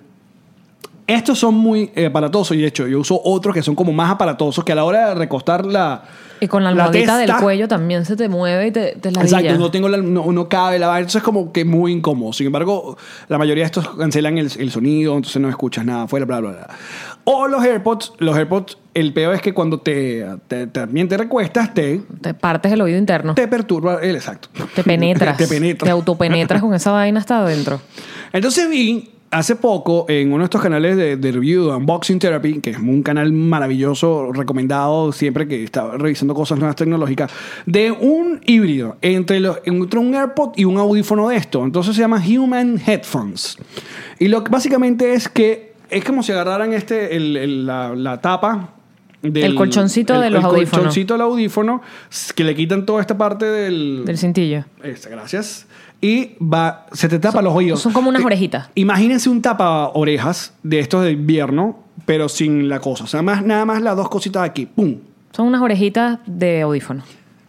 Speaker 1: Estos son muy eh, aparatosos y de hecho yo uso otros que son como más aparatosos que a la hora de recostar la
Speaker 2: Y con la almohadita del
Speaker 1: testa-
Speaker 2: cuello también se te mueve y te, te ladilla.
Speaker 1: Exacto, no tengo la, no, no cabe la vaina, entonces es como que muy incómodo. Sin embargo, la mayoría de estos cancelan el, el sonido, entonces no escuchas nada afuera, bla, bla, bla. O los AirPods, los AirPods, el peor es que cuando te, te- también te recuestas, te,
Speaker 2: Te partes el oído interno. Te,
Speaker 1: te perturba el exacto.
Speaker 2: penetras.
Speaker 1: te penetra.
Speaker 2: Te autopenetras con esa vaina hasta adentro.
Speaker 1: Entonces vi hace poco en uno de estos canales de, de review de Unboxing Therapy, que es un canal maravilloso, recomendado siempre que está revisando cosas nuevas tecnológicas, de un híbrido entre, los, entre un AirPod y un audífono de esto. Entonces se llama Human Headphones. Y lo que básicamente es que es como si agarraran este, el- el- la, la tapa. Del,
Speaker 2: El colchoncito de los
Speaker 1: el
Speaker 2: audífonos.
Speaker 1: colchoncito del audífono, que le quitan toda esta parte del,
Speaker 2: Del cintillo.
Speaker 1: esta, gracias. Y va, se te tapa los oídos.
Speaker 2: son como unas
Speaker 1: Te-
Speaker 2: orejitas.
Speaker 1: Imagínense un tapa orejas de estos de invierno, pero sin la cosa. O sea, más, nada más las dos cositas aquí. ¡Pum!
Speaker 2: Son unas orejitas de audífono.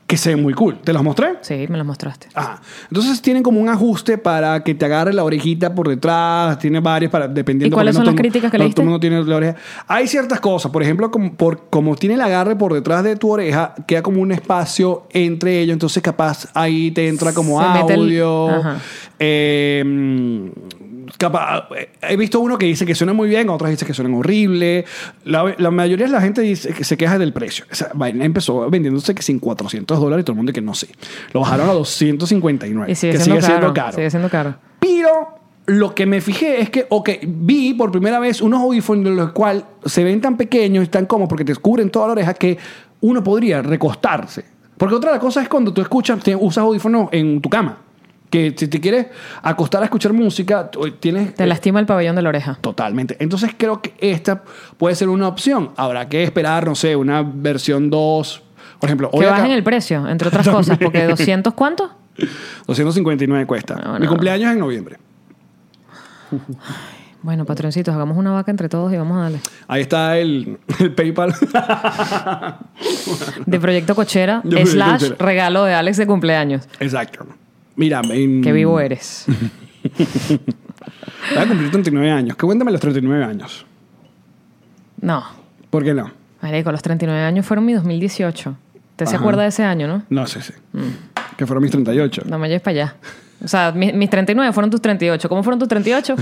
Speaker 1: Que se ven muy cool. ¿Te las mostré?
Speaker 2: Sí, me las mostraste.
Speaker 1: Ajá. Entonces tienen como un ajuste para que te agarre la orejita por detrás, tiene varios para dependiendo
Speaker 2: ¿Y cuáles
Speaker 1: porque
Speaker 2: son
Speaker 1: no
Speaker 2: las
Speaker 1: todo-
Speaker 2: críticas que le
Speaker 1: no todo el
Speaker 2: diste?
Speaker 1: mundo tiene la oreja. Hay ciertas cosas, por ejemplo, como, por, como tiene el agarre por detrás de tu oreja, queda como un espacio entre ellos, entonces capaz ahí te entra como
Speaker 2: Se mete el-
Speaker 1: audio.
Speaker 2: Ajá.
Speaker 1: Eh, mm, capaz- he visto uno que dice que suena muy bien, otros dicen que suenan horrible. La, la mayoría de la gente dice que se queja del precio. Esa vaina empezó vendiéndose que sin 400 dólares y todo el mundo que no sé. Lo bajaron a 259,
Speaker 2: Y sigue,
Speaker 1: que
Speaker 2: siendo,
Speaker 1: sigue
Speaker 2: caro,
Speaker 1: siendo caro.
Speaker 2: Sigue siendo caro.
Speaker 1: Pero lo que me fijé es que, ok, vi por primera vez unos audífonos los cuales se ven tan pequeños y tan cómodos porque te cubren toda la oreja que uno podría recostarse. Porque otra de las cosas es cuando tú escuchas, te- usas audífonos en tu cama. Que si te quieres acostar a escuchar música, tú- tienes...
Speaker 2: Te lastima el pabellón de la oreja.
Speaker 1: Totalmente. Entonces creo que esta puede ser una opción. Habrá que esperar, no sé, una versión 2. Por ejemplo, hoy
Speaker 2: Que
Speaker 1: acá-
Speaker 2: bajen el precio, entre otras cosas, porque 200 ¿cuánto?
Speaker 1: 259 cuesta.
Speaker 2: No,
Speaker 1: Mi
Speaker 2: no.
Speaker 1: cumpleaños es en noviembre.
Speaker 2: Bueno, patroncitos, hagamos una vaca entre todos y vamos a darle.
Speaker 1: Ahí está el, el PayPal.
Speaker 2: De Proyecto Cochera,
Speaker 1: De Proyecto
Speaker 2: slash
Speaker 1: Cochera.
Speaker 2: regalo de Alex de cumpleaños.
Speaker 1: Exacto. Mira, en-
Speaker 2: Qué vivo eres.
Speaker 1: Voy a cumplir 39 años. Que cuéntame los 39 años.
Speaker 2: No.
Speaker 1: ¿Por qué no?
Speaker 2: Marico, los 39 años fueron mi 2018. ¿Te se
Speaker 1: Ajá.
Speaker 2: acuerda de ese año, no?
Speaker 1: No sé, sí. Que fueron mis 38.
Speaker 2: Mm. No me lleves para allá. O sea, mis, mis 39 fueron tus 38. ¿Cómo fueron tus 38?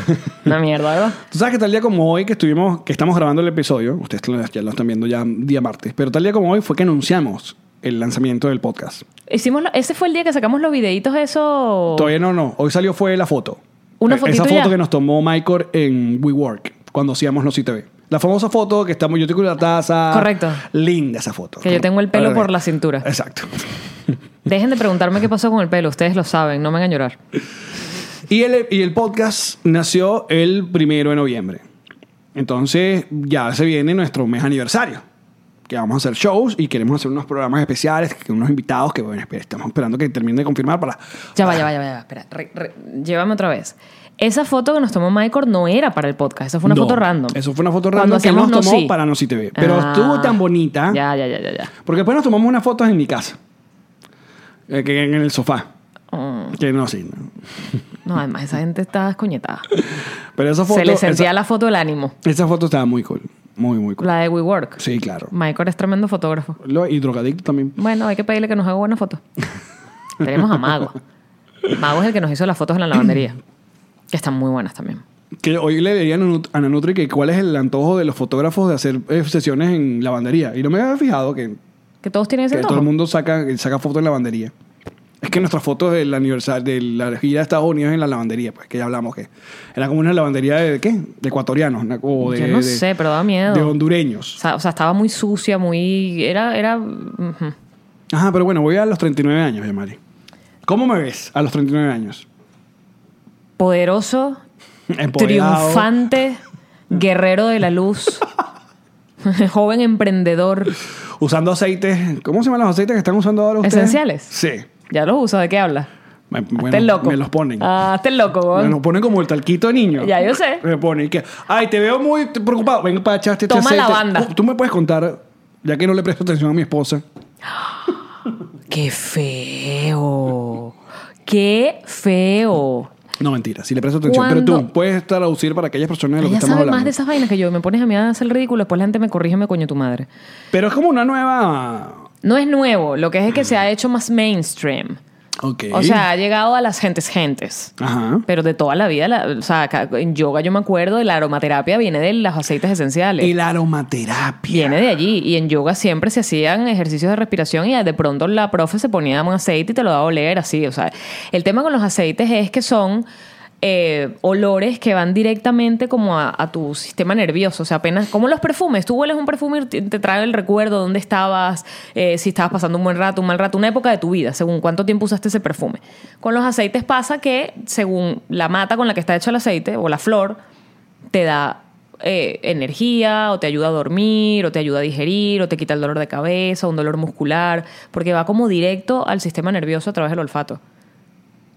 Speaker 2: Una mierda, ¿verdad?
Speaker 1: Tú sabes que tal día como hoy que estuvimos, que estamos grabando el episodio, ustedes lo- ya lo están viendo ya día martes, pero tal día como hoy fue que anunciamos el lanzamiento del podcast.
Speaker 2: Hicimos lo- ese fue el día que sacamos los videitos, eso.
Speaker 1: Todavía no, no. Hoy salió fue la foto.
Speaker 2: Oh. ¿Una
Speaker 1: Eh,
Speaker 2: fotito
Speaker 1: Esa foto
Speaker 2: ya?
Speaker 1: que nos tomó Michael en WeWork cuando hacíamos los ITV. La famosa foto que estamos yo tengo la taza.
Speaker 2: Correcto.
Speaker 1: Linda esa foto.
Speaker 2: Que yo tengo el pelo por la cintura.
Speaker 1: Exacto.
Speaker 2: Dejen de preguntarme qué pasó con el pelo, ustedes lo saben, no me van a llorar.
Speaker 1: Y el, y el podcast nació el primero de noviembre. Entonces ya se viene nuestro mes aniversario. Que vamos a hacer shows y queremos hacer unos programas especiales, que unos invitados que bueno, esp- estamos esperando que terminen de confirmar para...
Speaker 2: Ya va, ya va, ya va, ya va, espera, re- re- llévame otra vez. Esa foto que nos tomó Michael no era para el podcast, esa fue una
Speaker 1: No,
Speaker 2: foto random.
Speaker 1: Eso fue una foto
Speaker 2: Cuando
Speaker 1: random que
Speaker 2: hacíamos
Speaker 1: nos tomó
Speaker 2: No Sí.
Speaker 1: para No Si TV. Pero
Speaker 2: Ah,
Speaker 1: estuvo tan bonita.
Speaker 2: Ya, ya, ya, ya, ya.
Speaker 1: Porque después nos tomamos unas fotos en mi casa. Eh, que en el sofá.
Speaker 2: Mm,
Speaker 1: Que no, sí. no.
Speaker 2: No, además esa gente está descoñetada.
Speaker 1: Pero esa foto...
Speaker 2: Se le sentía
Speaker 1: esa,
Speaker 2: la foto del ánimo.
Speaker 1: esa foto estaba muy cool. Muy, muy cool.
Speaker 2: La de WeWork.
Speaker 1: Sí, claro.
Speaker 2: Michael es tremendo fotógrafo.
Speaker 1: Lo- Y drogadicto también.
Speaker 2: Bueno, hay que pedirle que nos haga buenas fotos. Tenemos a Mago. Mago es el que nos hizo las fotos en la lavandería. Que están muy buenas también.
Speaker 1: Que hoy le diría a Nanu- a Nanutri que cuál es el antojo de los fotógrafos de hacer eh, sesiones en lavandería. Y no me había fijado que,
Speaker 2: Que todos tienen ese
Speaker 1: que todo
Speaker 2: antojo.
Speaker 1: el mundo saca, saca fotos en lavandería. Es que nuestras fotos del aniversario de la gira de Estados Unidos en la lavandería, pues que ya hablamos que era como una lavandería de qué? De ecuatorianos una- o de,
Speaker 2: Yo no
Speaker 1: de-
Speaker 2: sé, pero daba miedo.
Speaker 1: de
Speaker 2: O
Speaker 1: hondureños.
Speaker 2: sea, o sea, estaba muy sucia, muy... Era... era ujú.
Speaker 1: Ajá, pero bueno, voy a los 39 años, Yamari. ¿Cómo me ves a los 39 años?
Speaker 2: Poderoso,
Speaker 1: Empoderado.
Speaker 2: triunfante, guerrero de la luz, joven emprendedor.
Speaker 1: Usando aceites. ¿Cómo se llaman los aceites que están usando ahora ustedes?
Speaker 2: ¿Esenciales?
Speaker 1: Sí.
Speaker 2: Ya los uso, ¿de qué habla?
Speaker 1: Me-
Speaker 2: Estás
Speaker 1: bueno,
Speaker 2: loco.
Speaker 1: Me los ponen.
Speaker 2: Ah, estás loco, weón.
Speaker 1: Me lo ponen como el talquito de niño.
Speaker 2: Ya, yo sé.
Speaker 1: Me ponen que, ay, te veo muy preocupado. Ven para echarte este
Speaker 2: Toma
Speaker 1: aceite.
Speaker 2: lavanda.
Speaker 1: Tú- Tú me puedes contar, ya que no le presto atención a mi esposa.
Speaker 2: ¡Qué feo! ¡Qué feo!
Speaker 1: No, mentira, si le prestas atención. Pero tú
Speaker 2: Cuando-
Speaker 1: puedes traducir para aquellas personas de lo que
Speaker 2: Ella
Speaker 1: estamos
Speaker 2: sabe
Speaker 1: hablando.
Speaker 2: más de esas vainas que yo. Me pones a mí a hacer el ridículo, después la gente me corrige, me coño tu madre.
Speaker 1: Pero es como una nueva.
Speaker 2: No es nuevo, lo que es es que se ha hecho más mainstream.
Speaker 1: Ok.
Speaker 2: O sea, ha llegado a las gentes gentes.
Speaker 1: Ajá.
Speaker 2: Pero de toda la vida, la- o sea, ca- en yoga yo me acuerdo, la aromaterapia viene de los aceites esenciales.
Speaker 1: El aromaterapia.
Speaker 2: Viene de allí. Y en yoga siempre se hacían ejercicios de respiración y de pronto la profe se ponía un aceite y te lo daba a oler así. O sea, el tema con los aceites es que son eh, olores que van directamente como a, a tu sistema nervioso. O sea, apenas como los perfumes. Tú hueles un perfume y te te trae el recuerdo de dónde estabas, eh, si estabas pasando un buen rato, un mal rato, una época de tu vida, según cuánto tiempo usaste ese perfume. Con los aceites pasa que según la mata con la que está hecho el aceite o la flor, te da eh, energía o te ayuda a dormir o te ayuda a digerir o te quita el dolor de cabeza, un dolor muscular, porque va como directo al sistema nervioso a través del olfato.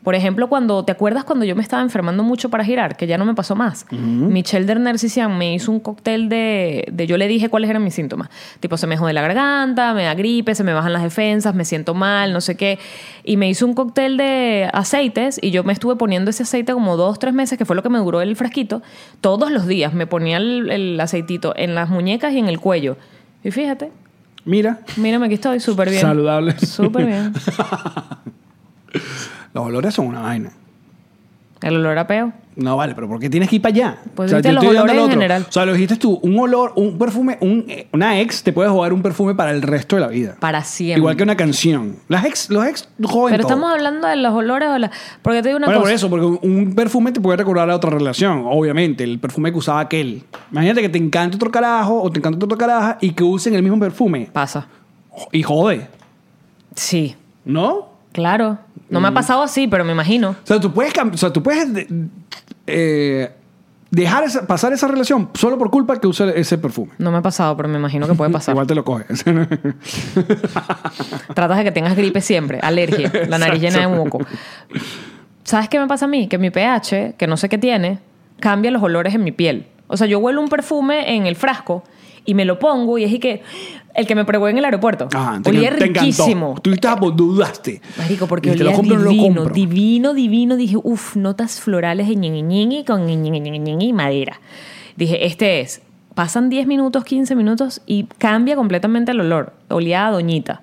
Speaker 2: Por ejemplo, cuando te acuerdas cuando yo me estaba enfermando mucho para girar, que ya no me pasó más. Michelle de Narcisian me hizo un cóctel de, de yo le dije cuáles eran mis síntomas. Tipo, se me jode la garganta, me da gripe, se me bajan las defensas, me siento mal, no sé qué. Y me hizo un cóctel de aceites y yo me estuve poniendo ese aceite como dos, tres meses, que fue lo que me duró el fresquito. Todos los días me ponía el, el aceitito en las muñecas y en el cuello. Y fíjate,
Speaker 1: Mira,
Speaker 2: mírame aquí estoy, súper bien.
Speaker 1: Saludable.
Speaker 2: Súper bien.
Speaker 1: los olores son una vaina.
Speaker 2: El olor a peo.
Speaker 1: No, vale, pero ¿por qué tienes que ir para allá?
Speaker 2: Pues viste
Speaker 1: yo
Speaker 2: los
Speaker 1: estoy dando
Speaker 2: olores
Speaker 1: al
Speaker 2: en
Speaker 1: otro.
Speaker 2: general.
Speaker 1: O sea, lo dijiste tú, un olor, un perfume, un- eh, una ex te puede jugar un perfume para el resto de la vida.
Speaker 2: Para siempre.
Speaker 1: Igual que una canción. Las ex, los ex joven.
Speaker 2: Pero
Speaker 1: todo.
Speaker 2: estamos hablando de los olores o la... Porque te digo una
Speaker 1: Bueno,
Speaker 2: cosa.
Speaker 1: por eso, porque un- un perfume te puede recordar a otra relación, obviamente, el perfume que usaba aquel. Imagínate que te encanta otro carajo o te encanta otra caraja y que usen el mismo perfume.
Speaker 2: Pasa.
Speaker 1: Y jode,
Speaker 2: Sí,
Speaker 1: ¿no?
Speaker 2: claro. No
Speaker 1: Mm.
Speaker 2: me ha pasado así, pero me imagino.
Speaker 1: O sea, tú puedes, cam- o sea, tú puedes de- eh, dejar esa- pasar esa relación solo por culpa que usa ese perfume.
Speaker 2: No me ha pasado, pero me imagino que puede pasar.
Speaker 1: Igual te lo coges.
Speaker 2: Tratas de que tengas gripe siempre, alergia, la nariz llena de moco. ¿Sabes qué me pasa a mí? Que mi pH, que no sé qué tiene, cambia los olores en mi piel. O sea, yo huelo un perfume en el frasco y me lo pongo y es y que el que me pregó en el aeropuerto.
Speaker 1: Ajá,
Speaker 2: Olía
Speaker 1: Ah, te encantó.
Speaker 2: riquísimo.
Speaker 1: Tú estabas, dudaste.
Speaker 2: Marico, porque
Speaker 1: Y te
Speaker 2: olía
Speaker 1: compro o no
Speaker 2: divino,
Speaker 1: compro.
Speaker 2: divino, divino. Dije, uff, notas florales de ñiñiñiñi con ñiñiñiñi y madera. Dije, este es. Pasan 10 minutos, 15 minutos y cambia completamente el olor. Olía a doñita.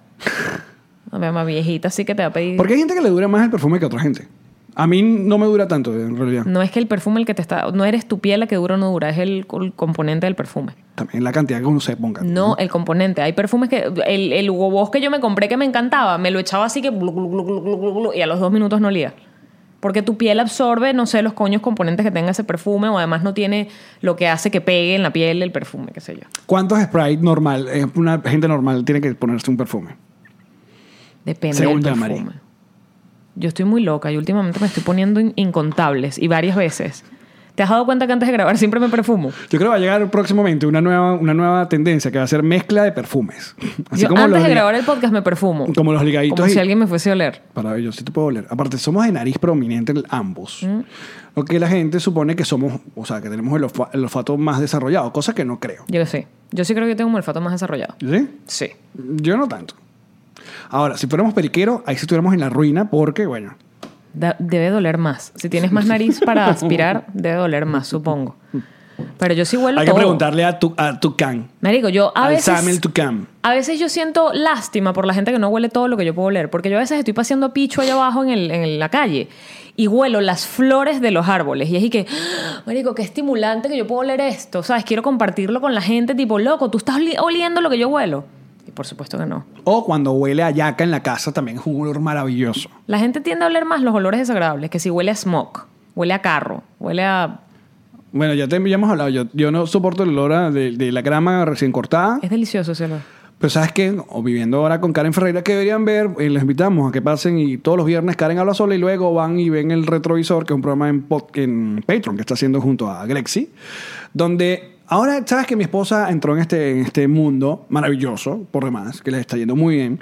Speaker 2: A mi mamá viejita, así que te va a pedir...
Speaker 1: Porque hay gente que le dura más el perfume que a otra gente. A mí no me dura tanto, en realidad.
Speaker 2: No es que el perfume el que te está... No eres tu piel la que dura o no dura, es el, el componente del perfume.
Speaker 1: También la cantidad que uno se ponga.
Speaker 2: No, el componente. Hay perfumes que... El, el Hugo Boss que yo me compré que me encantaba, me lo echaba así que... glu, glu, glu, glu, glu, glu, y a los dos minutos no olía. Porque tu piel absorbe, no sé, los coños componentes que tenga ese perfume o además no tiene lo que hace que pegue en la piel el perfume, qué sé yo.
Speaker 1: ¿Cuántos sprays normal, eh, una gente normal tiene que ponerse un perfume?
Speaker 2: Depende
Speaker 1: Según
Speaker 2: del
Speaker 1: te amaré.
Speaker 2: perfume. Yo estoy muy loca y últimamente me estoy poniendo in- incontables y varias veces. ¿Te has dado cuenta que antes de grabar siempre me perfumo?
Speaker 1: Yo creo que va a llegar próximamente una nueva, una nueva tendencia que va a ser mezcla de perfumes. Así
Speaker 2: Yo
Speaker 1: como
Speaker 2: antes
Speaker 1: los
Speaker 2: de
Speaker 1: li-
Speaker 2: grabar el podcast me perfumo.
Speaker 1: como los ligaditos
Speaker 2: Como
Speaker 1: y-
Speaker 2: si alguien me fuese a oler.
Speaker 1: Para ver, yo sí te puedo oler. Aparte, somos de nariz prominente ambos.
Speaker 2: Mm.
Speaker 1: Lo que la gente supone que somos, o sea, que tenemos el, olfa- el olfato más desarrollado, cosa que no creo.
Speaker 2: Yo sí. Yo sí creo que yo tengo un olfato más desarrollado.
Speaker 1: ¿Sí?
Speaker 2: Sí.
Speaker 1: Yo no tanto. Ahora, si fuéramos periqueros, ahí sí estuviéramos en la ruina porque, bueno,
Speaker 2: Da- debe doler más. Si tienes más nariz para aspirar, debe doler más, supongo. Pero yo sí huelo
Speaker 1: hay que
Speaker 2: todo.
Speaker 1: preguntarle a, tu, a Tucán,
Speaker 2: Marico, yo a
Speaker 1: al
Speaker 2: veces...
Speaker 1: Samuel Tucán.
Speaker 2: A veces yo siento lástima por la gente que no huele todo lo que yo puedo oler, porque yo a veces estoy paseando a picho allá abajo en, el- en la calle y huelo las flores de los árboles. Y es y que, ¡Ah! marico, qué estimulante que yo puedo oler esto. ¿Sabes? Quiero compartirlo con la gente, tipo, loco, tú estás oli- oliendo lo que yo huelo. Y por supuesto que no.
Speaker 1: O cuando huele a yaca en la casa también es un olor maravilloso.
Speaker 2: La gente tiende a oler más los olores desagradables, que si huele a smoke, huele a carro, huele a...
Speaker 1: Bueno, ya, te, ya hemos hablado. Yo, yo no soporto el olor a- de, de la grama recién cortada.
Speaker 2: Es delicioso ese olor.
Speaker 1: Pero ¿sabes qué? O viviendo ahora con Karen Ferreira, que deberían ver, eh, les invitamos a que pasen y todos los viernes Karen habla sola y luego van y ven el retrovisor, que es un programa en, pod- en Patreon que está haciendo junto a Grexi, donde ahora, ¿sabes que mi esposa entró en este, en este mundo maravilloso, por demás, que les está yendo muy bien?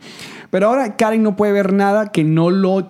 Speaker 1: Pero ahora Karen no puede ver nada que no lo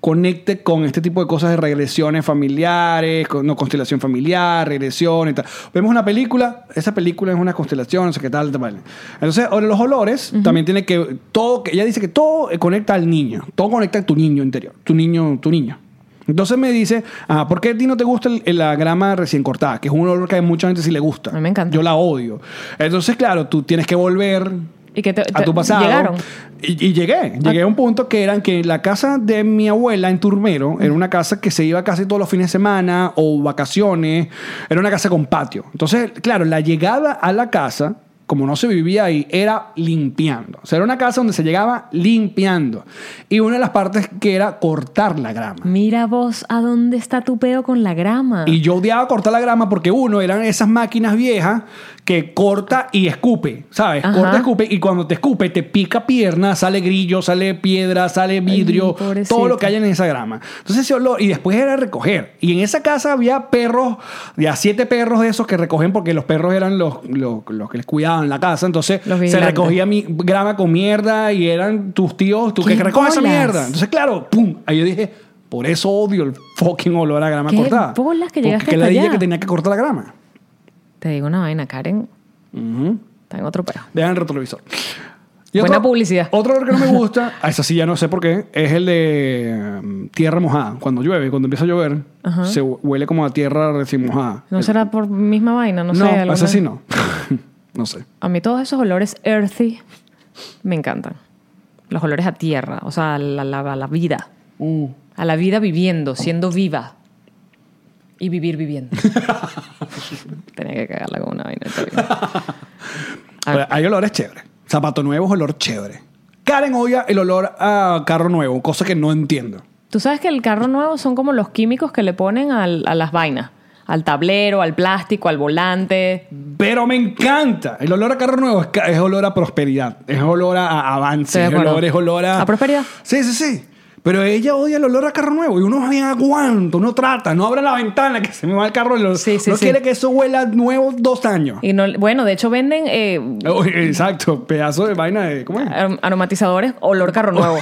Speaker 1: conecte con este tipo de cosas de regresiones familiares, con- no constelación familiar, regresiones y tal. Vemos una película, esa película es una constelación, no sé qué tal, tal, tal. Entonces, ahora los olores también tiene que todo que ella dice que todo eh, conecta al niño, todo conecta a tu niño interior, tu niño, tu niño. Entonces me dice, ah, ¿por qué a ti no te gusta el- el- la grama recién cortada? Que es un olor que a mucha gente sí le gusta.
Speaker 2: A mí me encanta.
Speaker 1: Yo la odio. Entonces, claro, tú tienes que volver
Speaker 2: Y que te-
Speaker 1: a
Speaker 2: te-
Speaker 1: tu pasado.
Speaker 2: Llegaron.
Speaker 1: Y, y llegué. Llegué a un punto que eran que la casa de mi abuela en Turmero era una casa que se iba casi todos los fines de semana o vacaciones. Era una casa con patio. Entonces, claro, la llegada a la casa, como no se vivía ahí, era limpiando. O sea, era una casa donde se llegaba limpiando. Y una de las partes que era cortar la grama.
Speaker 2: Mira vos a dónde está tu peo con la grama.
Speaker 1: Y yo odiaba cortar la grama porque uno eran esas máquinas viejas que corta y escupe, ¿sabes?
Speaker 2: Ajá.
Speaker 1: Corta, escupe y cuando te escupe te pica pierna, sale grillo, sale piedra, sale vidrio,
Speaker 2: pobrecito.
Speaker 1: todo lo que hay en esa grama. Entonces ese olor y después era recoger. Y en esa casa había perros, ya siete perros de esos que recogen porque los perros eran los, los, los que les cuidaban la casa, entonces
Speaker 2: Los
Speaker 1: se
Speaker 2: vigilantes.
Speaker 1: recogía mi grama con mierda y eran tus tíos, tú
Speaker 2: ¡Qué
Speaker 1: que recoges esa
Speaker 2: bolas!
Speaker 1: mierda. Entonces claro, pum, ahí yo dije, por eso odio el fucking olor a grama
Speaker 2: ¿Qué
Speaker 1: cortada.
Speaker 2: bolas que
Speaker 1: Porque
Speaker 2: llegaste
Speaker 1: que
Speaker 2: hasta
Speaker 1: la dije
Speaker 2: allá?
Speaker 1: que tenía que cortar la grama.
Speaker 2: Te digo una vaina, Karen.
Speaker 1: Ujú.
Speaker 2: Está en otro peo.
Speaker 1: Dejan el retrovisor.
Speaker 2: Buena publicidad.
Speaker 1: Otro olor que no me gusta, a esa sí ya no sé por qué, es el de mm, tierra mojada. Cuando llueve, cuando empieza a llover,
Speaker 2: Ajá.
Speaker 1: se hu- huele como a tierra recién mojada.
Speaker 2: ¿No
Speaker 1: El-
Speaker 2: será por misma vaina? No, sé.
Speaker 1: no
Speaker 2: alguna-
Speaker 1: ese sí no. no sé.
Speaker 2: A mí todos esos olores earthy me encantan. Los olores a tierra, o sea, a la, la- a la vida.
Speaker 1: Uh.
Speaker 2: A la vida viviendo, siendo viva. Y vivir viviendo. Tenía que cagarla con una vaina. está bien. Ah.
Speaker 1: Ahora, Hay olores chéveres. Zapato nuevo es olor chévere. Karen odia el olor a carro nuevo, cosa que no entiendo.
Speaker 2: Tú sabes que el carro nuevo son como los químicos que le ponen al- a las vainas. Al tablero, al plástico, al volante.
Speaker 1: Pero me encanta. El olor a carro nuevo es, ca- es olor a prosperidad, es olor a- a avance,
Speaker 2: Estoy de
Speaker 1: es
Speaker 2: acuerdo.
Speaker 1: olor, es olor a...
Speaker 2: ¿A prosperidad?
Speaker 1: Sí, sí, sí. Pero ella odia el olor a carro nuevo y uno más bien aguanta, uno trata, no abre la ventana que se me va el carro. el olor.
Speaker 2: Sí, sí,
Speaker 1: no
Speaker 2: sí.
Speaker 1: quiere que eso huela nuevo dos años.
Speaker 2: Y no, bueno, de hecho venden eh,
Speaker 1: Oh, Exacto, pedazo de vaina de... ¿Cómo es?
Speaker 2: Arom- aromatizadores, olor carro nuevo.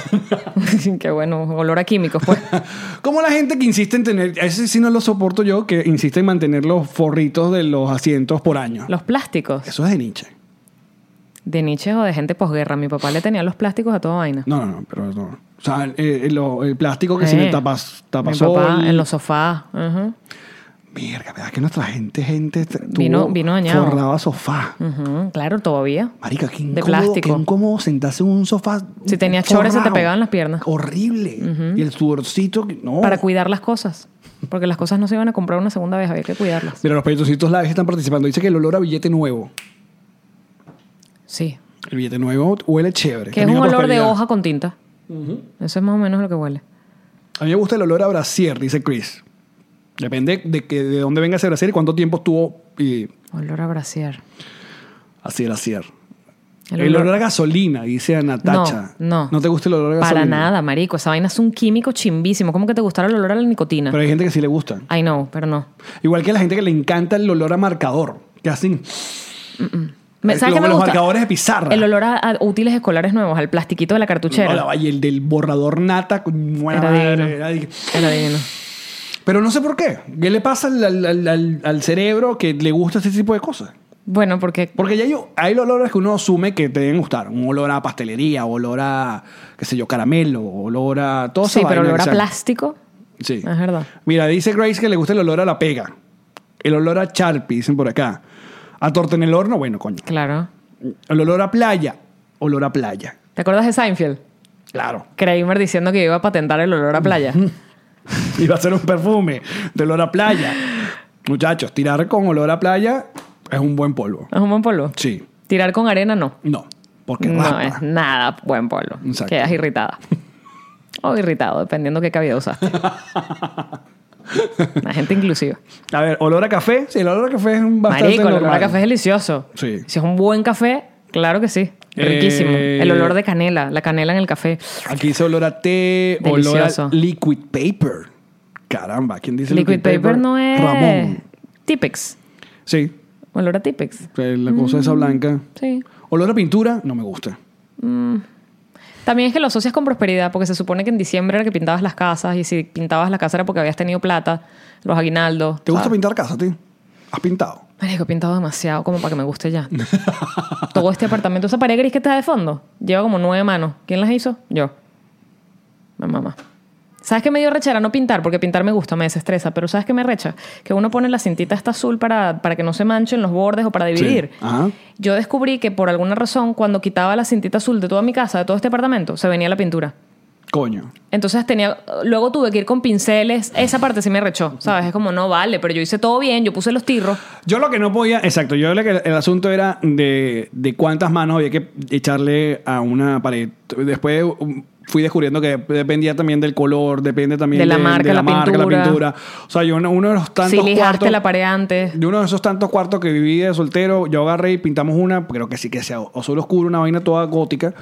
Speaker 2: Qué bueno, olor a químicos, pues.
Speaker 1: Como la gente que insiste en tener, ese sí no lo soporto yo, que insiste en mantener los forritos de los asientos por año.
Speaker 2: Los plásticos.
Speaker 1: Eso es de Nietzsche.
Speaker 2: De Nietzsche o de gente posguerra. Mi papá le tenía los plásticos a toda vaina.
Speaker 1: No, no, no, pero no. O sea, el, el- lo- el plástico que se
Speaker 2: Eh,
Speaker 1: le tapas,
Speaker 2: Mi
Speaker 1: tapas
Speaker 2: papá en los sofás. ujú.
Speaker 1: Mierda, ¿verdad que nuestra gente, gente t- tuvo-
Speaker 2: Vino- vino dañado.
Speaker 1: forraba sofá?
Speaker 2: Ujú, Claro, todavía.
Speaker 1: Marica, qué incómodo,
Speaker 2: De plástico.
Speaker 1: qué incómodo sentarse en un sofá
Speaker 2: Si tenías
Speaker 1: forrado.
Speaker 2: chores, se te pegaban las piernas.
Speaker 1: Horrible. Y el sudorcito, que- no.
Speaker 2: Para cuidar las cosas. Porque las cosas no se iban a comprar una segunda vez, había que cuidarlas.
Speaker 1: Mira, los pellizcitos live están participando. Dice que el olor a billete nuevo.
Speaker 2: Sí.
Speaker 1: El billete nuevo huele chévere.
Speaker 2: Que es un
Speaker 1: También a
Speaker 2: olor de
Speaker 1: Eh, prosperidad.
Speaker 2: hoja con tinta. Eso es más o menos lo que huele.
Speaker 1: A mí me gusta el olor a brasier, dice Chris. Depende de, que, de dónde venga ese brasier y cuánto tiempo estuvo y
Speaker 2: Olor a brasier.
Speaker 1: así brasier.
Speaker 2: El
Speaker 1: El,
Speaker 2: olor-
Speaker 1: olor... a gasolina, dice a Natacha.
Speaker 2: No, no.
Speaker 1: ¿No te gusta el olor a gasolina?
Speaker 2: Para nada, marico. Esa vaina es un químico chimbísimo. ¿Cómo que te gustara el olor a la nicotina?
Speaker 1: Pero hay gente que sí le gusta.
Speaker 2: I know, pero no.
Speaker 1: Igual que la gente que le encanta el olor a marcador. Que hacen
Speaker 2: Me-
Speaker 1: Eh,
Speaker 2: ¿Sabes
Speaker 1: lo-
Speaker 2: qué me
Speaker 1: los
Speaker 2: gusta?
Speaker 1: marcadores de pizarra.
Speaker 2: El olor a, a útiles escolares nuevos, al plastiquito de la cartuchera.
Speaker 1: "Hola, vaya, el del borrador nata. con- buena
Speaker 2: Era
Speaker 1: madre,
Speaker 2: divino.
Speaker 1: era di-
Speaker 2: Era divino.
Speaker 1: Pero no sé por qué. ¿Qué le pasa al, al- al- al- al cerebro que le gusta este tipo de cosas?
Speaker 2: Bueno, porque
Speaker 1: Porque ya hay, hay olores que uno asume que te deben gustar. Un olor a pastelería, olor a, qué sé yo, caramelo, olor a todo
Speaker 2: sí, pero olor a plástico.
Speaker 1: Sí.
Speaker 2: Es verdad.
Speaker 1: Mira, dice Grace que le gusta el olor a la pega. El olor a Sharpie, dicen por acá. A torta en el horno, bueno, coño.
Speaker 2: Claro.
Speaker 1: El olor a playa, olor a playa.
Speaker 2: ¿Te acuerdas de Seinfeld?
Speaker 1: Claro.
Speaker 2: Kramer diciendo que iba a patentar el olor a playa.
Speaker 1: Iba a ser un perfume de olor a playa. Muchachos, tirar con olor a playa es un buen polvo.
Speaker 2: ¿Es un buen polvo?
Speaker 1: Sí.
Speaker 2: Tirar con arena no.
Speaker 1: No, porque
Speaker 2: No
Speaker 1: raspa.
Speaker 2: es nada buen polvo.
Speaker 1: Exacto.
Speaker 2: Quedas irritada. O irritado, dependiendo qué cabida usaste. La gente inclusiva.
Speaker 1: A ver, olor a café. Sí, el olor a café es un bastante
Speaker 2: Marico, el olor a
Speaker 1: normal.
Speaker 2: café es delicioso.
Speaker 1: Sí.
Speaker 2: Si es un buen café, claro que sí.
Speaker 1: Eh,
Speaker 2: Riquísimo. El olor de canela, la canela en el café.
Speaker 1: Aquí dice olor a té,
Speaker 2: Delicioso.
Speaker 1: olor a liquid paper. Caramba, ¿quién dice
Speaker 2: Liquid paper, no es.
Speaker 1: Ramón.
Speaker 2: Tipex.
Speaker 1: Sí,
Speaker 2: Olor a Tipex.
Speaker 1: Eh, la cosa
Speaker 2: Mm.
Speaker 1: esa blanca.
Speaker 2: Sí.
Speaker 1: Olor a pintura, no me gusta.
Speaker 2: También es que lo asocias con prosperidad, porque se supone que en diciembre era que pintabas las casas, y si pintabas la casa era porque habías tenido plata, los aguinaldos.
Speaker 1: ¿Te gusta
Speaker 2: ¿sabes?
Speaker 1: pintar casa, tío? ¿Has pintado?
Speaker 2: Marico, he pintado demasiado como para que me guste ya. Todo este apartamento, esa pared gris que está de fondo, lleva como nueve manos. ¿Quién las hizo? Yo. Mi mamá. ¿Sabes qué me dio rechera? No pintar, porque pintar me gusta, me desestresa, pero ¿sabes qué me recha? Que uno pone la cintita esta azul para, para que no se manchen los bordes o para dividir.
Speaker 1: Ajá.
Speaker 2: Yo descubrí que por alguna razón, cuando quitaba la cintita azul de toda mi casa, de todo este apartamento, se venía la pintura.
Speaker 1: Coño.
Speaker 2: Entonces tenía, luego tuve que ir con pinceles. Esa parte sí me rechó, ¿sabes? Es como, no vale, pero yo hice todo bien, yo puse los tirros.
Speaker 1: Yo lo que no podía, exacto, yo lo que el, el asunto era de, de cuántas manos había que echarle a una pared. Después um, fui descubriendo que dependía también del color, depende también
Speaker 2: De la marca, la pintura.
Speaker 1: O sea, yo uno, uno de los tantos
Speaker 2: Si lijaste
Speaker 1: cuartos-
Speaker 2: la pared antes.
Speaker 1: de uno de esos tantos cuartos que viví de soltero, yo agarré y pintamos una, creo que sí que sea azul oscuro, una vaina toda gótica.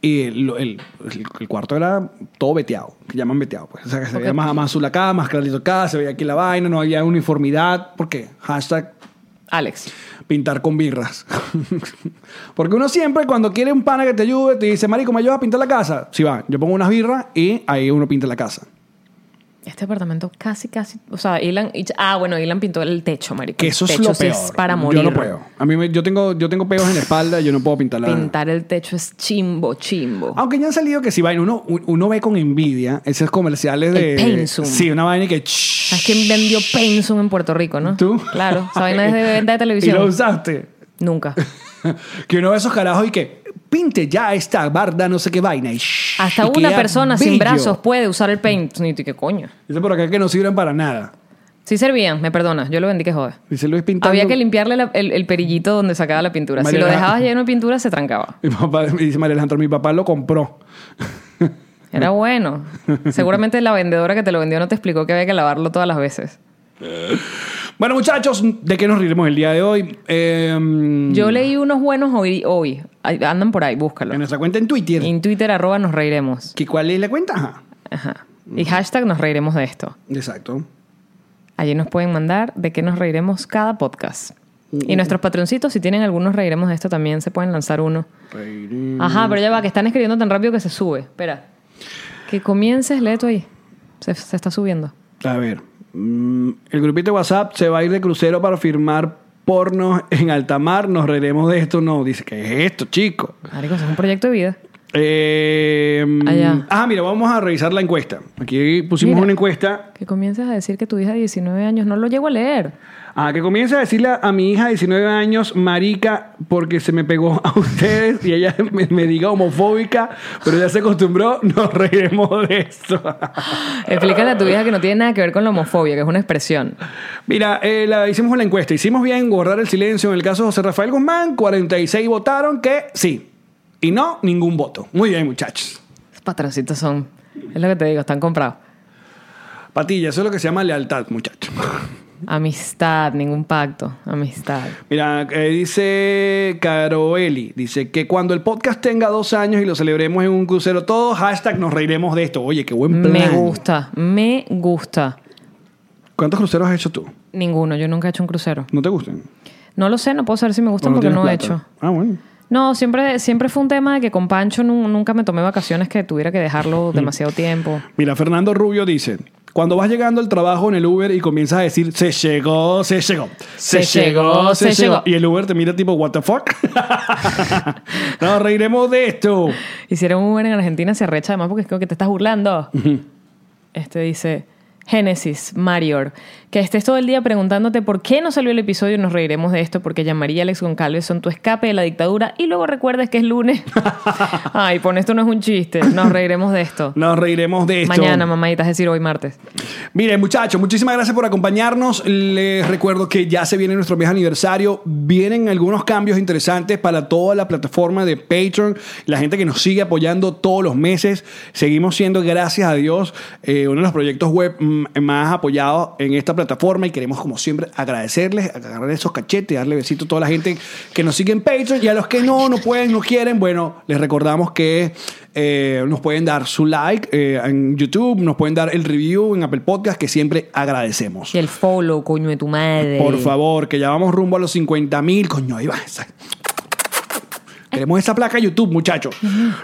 Speaker 1: Y el, el- el- el cuarto era todo veteado, que llaman veteado. Pues. O sea, que se veía más, más azul acá, más clarito acá, se veía aquí la vaina, no había uniformidad. ¿Por qué? Hashtag
Speaker 2: Alex.
Speaker 1: pintar con birras. Porque uno siempre cuando quiere un pana que te ayude, te dice, marico, ¿me ayudas a pintar la casa? Sí va, yo pongo unas birras y ahí uno pinta la casa.
Speaker 2: Este apartamento casi, casi. O sea, Ilan. y- Ah, bueno, Ilan pintó el techo, marico.
Speaker 1: Que eso
Speaker 2: el
Speaker 1: es
Speaker 2: techo
Speaker 1: lo
Speaker 2: sí
Speaker 1: peor.
Speaker 2: es para morir.
Speaker 1: Yo no puedo. A mí me- yo tengo yo tengo peos en la espalda, yo no puedo pintar la Ah.
Speaker 2: Pintar el techo es chimbo, chimbo.
Speaker 1: Aunque ya han salido que si vaina, uno, uno ve con envidia esos comerciales de.
Speaker 2: El Pensum.
Speaker 1: Sí, una vaina que.
Speaker 2: ¿Sabes quién vendió Pensum en Puerto Rico, no?
Speaker 1: ¿Tú?
Speaker 2: Claro, esa vaina es de venta de
Speaker 1: y lo
Speaker 2: televisión.
Speaker 1: usaste.
Speaker 2: Nunca.
Speaker 1: que uno ve esos carajos y que. Pinte ya esta barda, no sé qué vaina. Y shhh, y
Speaker 2: Hasta una
Speaker 1: queda
Speaker 2: persona sin
Speaker 1: bello.
Speaker 2: brazos puede usar el Pensum. Y tú, ¿qué coño?
Speaker 1: Dice por acá que no sirven para nada.
Speaker 2: Sí servían, me perdonas, yo lo vendí que joder.
Speaker 1: Dice Luis pintando.
Speaker 2: Había que limpiarle la- el, el perillito donde sacaba la pintura. si
Speaker 1: María
Speaker 2: lo
Speaker 1: Alejandra-
Speaker 2: dejabas lleno de pintura, se trancaba.
Speaker 1: Mi papá, dice María Alejandra, mi papá lo compró.
Speaker 2: Era bueno. Seguramente la vendedora que te lo vendió no te explicó que había que lavarlo todas las veces.
Speaker 1: Bueno, muchachos, ¿de qué nos riremos el día de hoy? Em,
Speaker 2: Yo leí unos buenos hoy. hoy. Ay, Andan por ahí, búscalo.
Speaker 1: En nuestra cuenta en Twitter.
Speaker 2: En Twitter, arroba nos reiremos.
Speaker 1: ¿Que ¿Cuál es la cuenta? Ajá.
Speaker 2: Ajá. Y hashtag nos reiremos de esto.
Speaker 1: Exacto.
Speaker 2: Allí nos pueden mandar de qué nos reiremos cada podcast. Y nuestros patroncitos, si tienen algunos reiremos de esto, también se pueden lanzar uno. Ajá, pero ya va, que están escribiendo tan rápido que se sube. Espera. Que comiences, lee tú ahí. Se, se está subiendo.
Speaker 1: A ver, mm, el grupito de WhatsApp se va a ir de crucero para firmar pornos en alta mar. Nos reiremos de esto. No, dice, ¿qué es esto, chico?
Speaker 2: Marico, eso es un proyecto de vida.
Speaker 1: Eh,
Speaker 2: Allá.
Speaker 1: ah, mira, vamos a revisar la encuesta. Aquí pusimos
Speaker 2: Mira.
Speaker 1: una encuesta.
Speaker 2: Que comiences a decir que tu hija de 19 años no lo llego a leer.
Speaker 1: Ah, que comience a decirle a, a mi hija de 19 años, marica, porque se me pegó a ustedes y ella me, me diga homofóbica, pero ya se acostumbró, nos reiremos de esto.
Speaker 2: Explícale a tu hija que no tiene nada que ver con la homofobia, que es una expresión.
Speaker 1: Mira, eh, la, hicimos la encuesta. Hicimos bien borrar el silencio en el caso de José Rafael Guzmán. 46 votaron que sí. Y no, ningún voto. Muy bien, muchachos.
Speaker 2: Los patroncitos son. Es lo que te digo, están comprados.
Speaker 1: Patilla, eso es lo que se llama lealtad, muchachos.
Speaker 2: Amistad, ningún pacto. Amistad.
Speaker 1: Mira, eh, dice Caroeli, dice que cuando el podcast tenga dos años y lo celebremos en un crucero todos, hashtag nos reiremos de esto. Oye, qué buen plan.
Speaker 2: Me gusta, me gusta.
Speaker 1: ¿Cuántos cruceros has hecho tú?
Speaker 2: Ninguno, yo nunca he hecho un crucero.
Speaker 1: ¿No te gustan?
Speaker 2: No lo sé, no puedo saber si me
Speaker 1: ¿O
Speaker 2: gustan porque
Speaker 1: tienes
Speaker 2: no he
Speaker 1: plata?
Speaker 2: hecho.
Speaker 1: Ah, bueno.
Speaker 2: No, siempre, siempre fue un tema de que con Pancho nu- nunca me tomé vacaciones que tuviera que dejarlo demasiado tiempo.
Speaker 1: Mira, Fernando Rubio dice, cuando vas llegando al trabajo en el Uber y comienzas a decir, se llegó, se llegó,
Speaker 2: Se llegó, se llegó.
Speaker 1: Y el Uber te mira tipo, what the fuck. Nos reiremos de esto.
Speaker 2: Hicieron un Uber en Argentina, se arrecha además porque es como que te estás burlando. Este dice, Génesis, Marior, que estés todo el día preguntándote por qué no salió el episodio y nos reiremos de esto porque Yamaría y Alex Goncalves son tu escape de la dictadura y luego recuerdes que es lunes. Ay, pon esto no es un chiste, nos reiremos de esto.
Speaker 1: Nos reiremos de esto.
Speaker 2: Mañana, mamadita, es decir, hoy martes.
Speaker 1: Miren, muchachos, muchísimas gracias por acompañarnos. Les recuerdo que ya se viene nuestro mes aniversario. Vienen algunos cambios interesantes para toda la plataforma de Patreon. La gente que nos sigue apoyando todos los meses. Seguimos siendo, gracias a Dios, eh, uno de los proyectos web mm, más apoyados en esta plataforma. Y queremos, como siempre, agradecerles, agarrar esos cachetes, darle besito a toda la gente que nos sigue en Patreon. Y a los que no, no pueden, no quieren, bueno, les recordamos que eh, nos pueden dar su like eh, en YouTube, nos pueden dar el review en Apple Podcast, que siempre agradecemos.
Speaker 2: Y el follow, coño de tu madre.
Speaker 1: Por favor, que ya vamos rumbo a los 50 mil. Coño, ahí va. esa. Queremos esa placa YouTube, muchachos.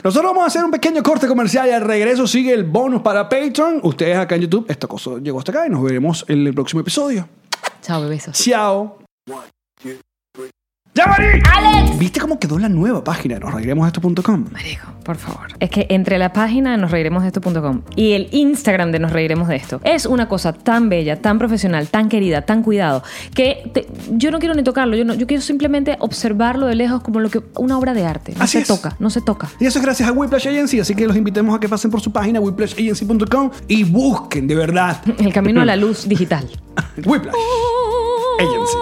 Speaker 1: Nosotros vamos a hacer un pequeño corte comercial y al regreso sigue el bonus para Patreon. Ustedes acá en YouTube, esta cosa llegó hasta acá y nos veremos en el próximo episodio.
Speaker 2: Chao, besos.
Speaker 1: Chao. ¡Ya, Marí! ¿Viste cómo quedó la nueva página? Nos reiremos de esto.com.
Speaker 2: Marico, por favor. Es que entre la página de nosreiremosdeesto.com y el Instagram de Nos Reiremos de Esto, es una cosa tan bella, tan profesional, tan querida, tan cuidado, que te- yo no quiero ni tocarlo, yo, no, yo quiero simplemente observarlo de lejos como lo que una obra de arte. No
Speaker 1: Así
Speaker 2: se
Speaker 1: es.
Speaker 2: toca, no se toca.
Speaker 1: Y eso es gracias a Whiplash Agency, así que los invitamos a que pasen por su página whiplashagency.com y busquen de verdad
Speaker 2: El camino a la luz digital.
Speaker 1: Whiplash Agency.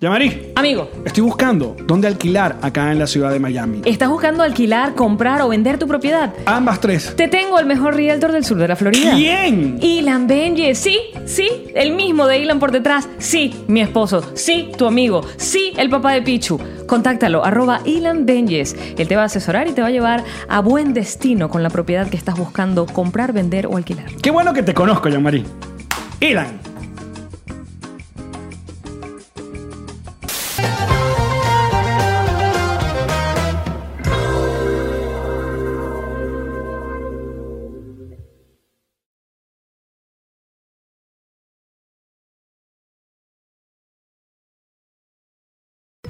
Speaker 1: Yamari,
Speaker 2: Amigo,
Speaker 1: estoy buscando dónde alquilar acá en la ciudad de Miami.
Speaker 2: ¿estás buscando alquilar, comprar o vender tu propiedad?
Speaker 1: Ambas tres.
Speaker 2: Te tengo el mejor realtor del sur de la Florida.
Speaker 1: ¿Quién?
Speaker 2: Ilan Benje, sí, sí, el mismo de Ilan por detrás, sí, mi esposo, sí, tu amigo, sí, el papá de Pichu. Contáctalo, arroba Ilan Benjes. Él te va a asesorar y te va a llevar a buen destino con la propiedad que estás buscando comprar, vender o alquilar.
Speaker 1: Qué bueno que te conozco, Yamari. Elan.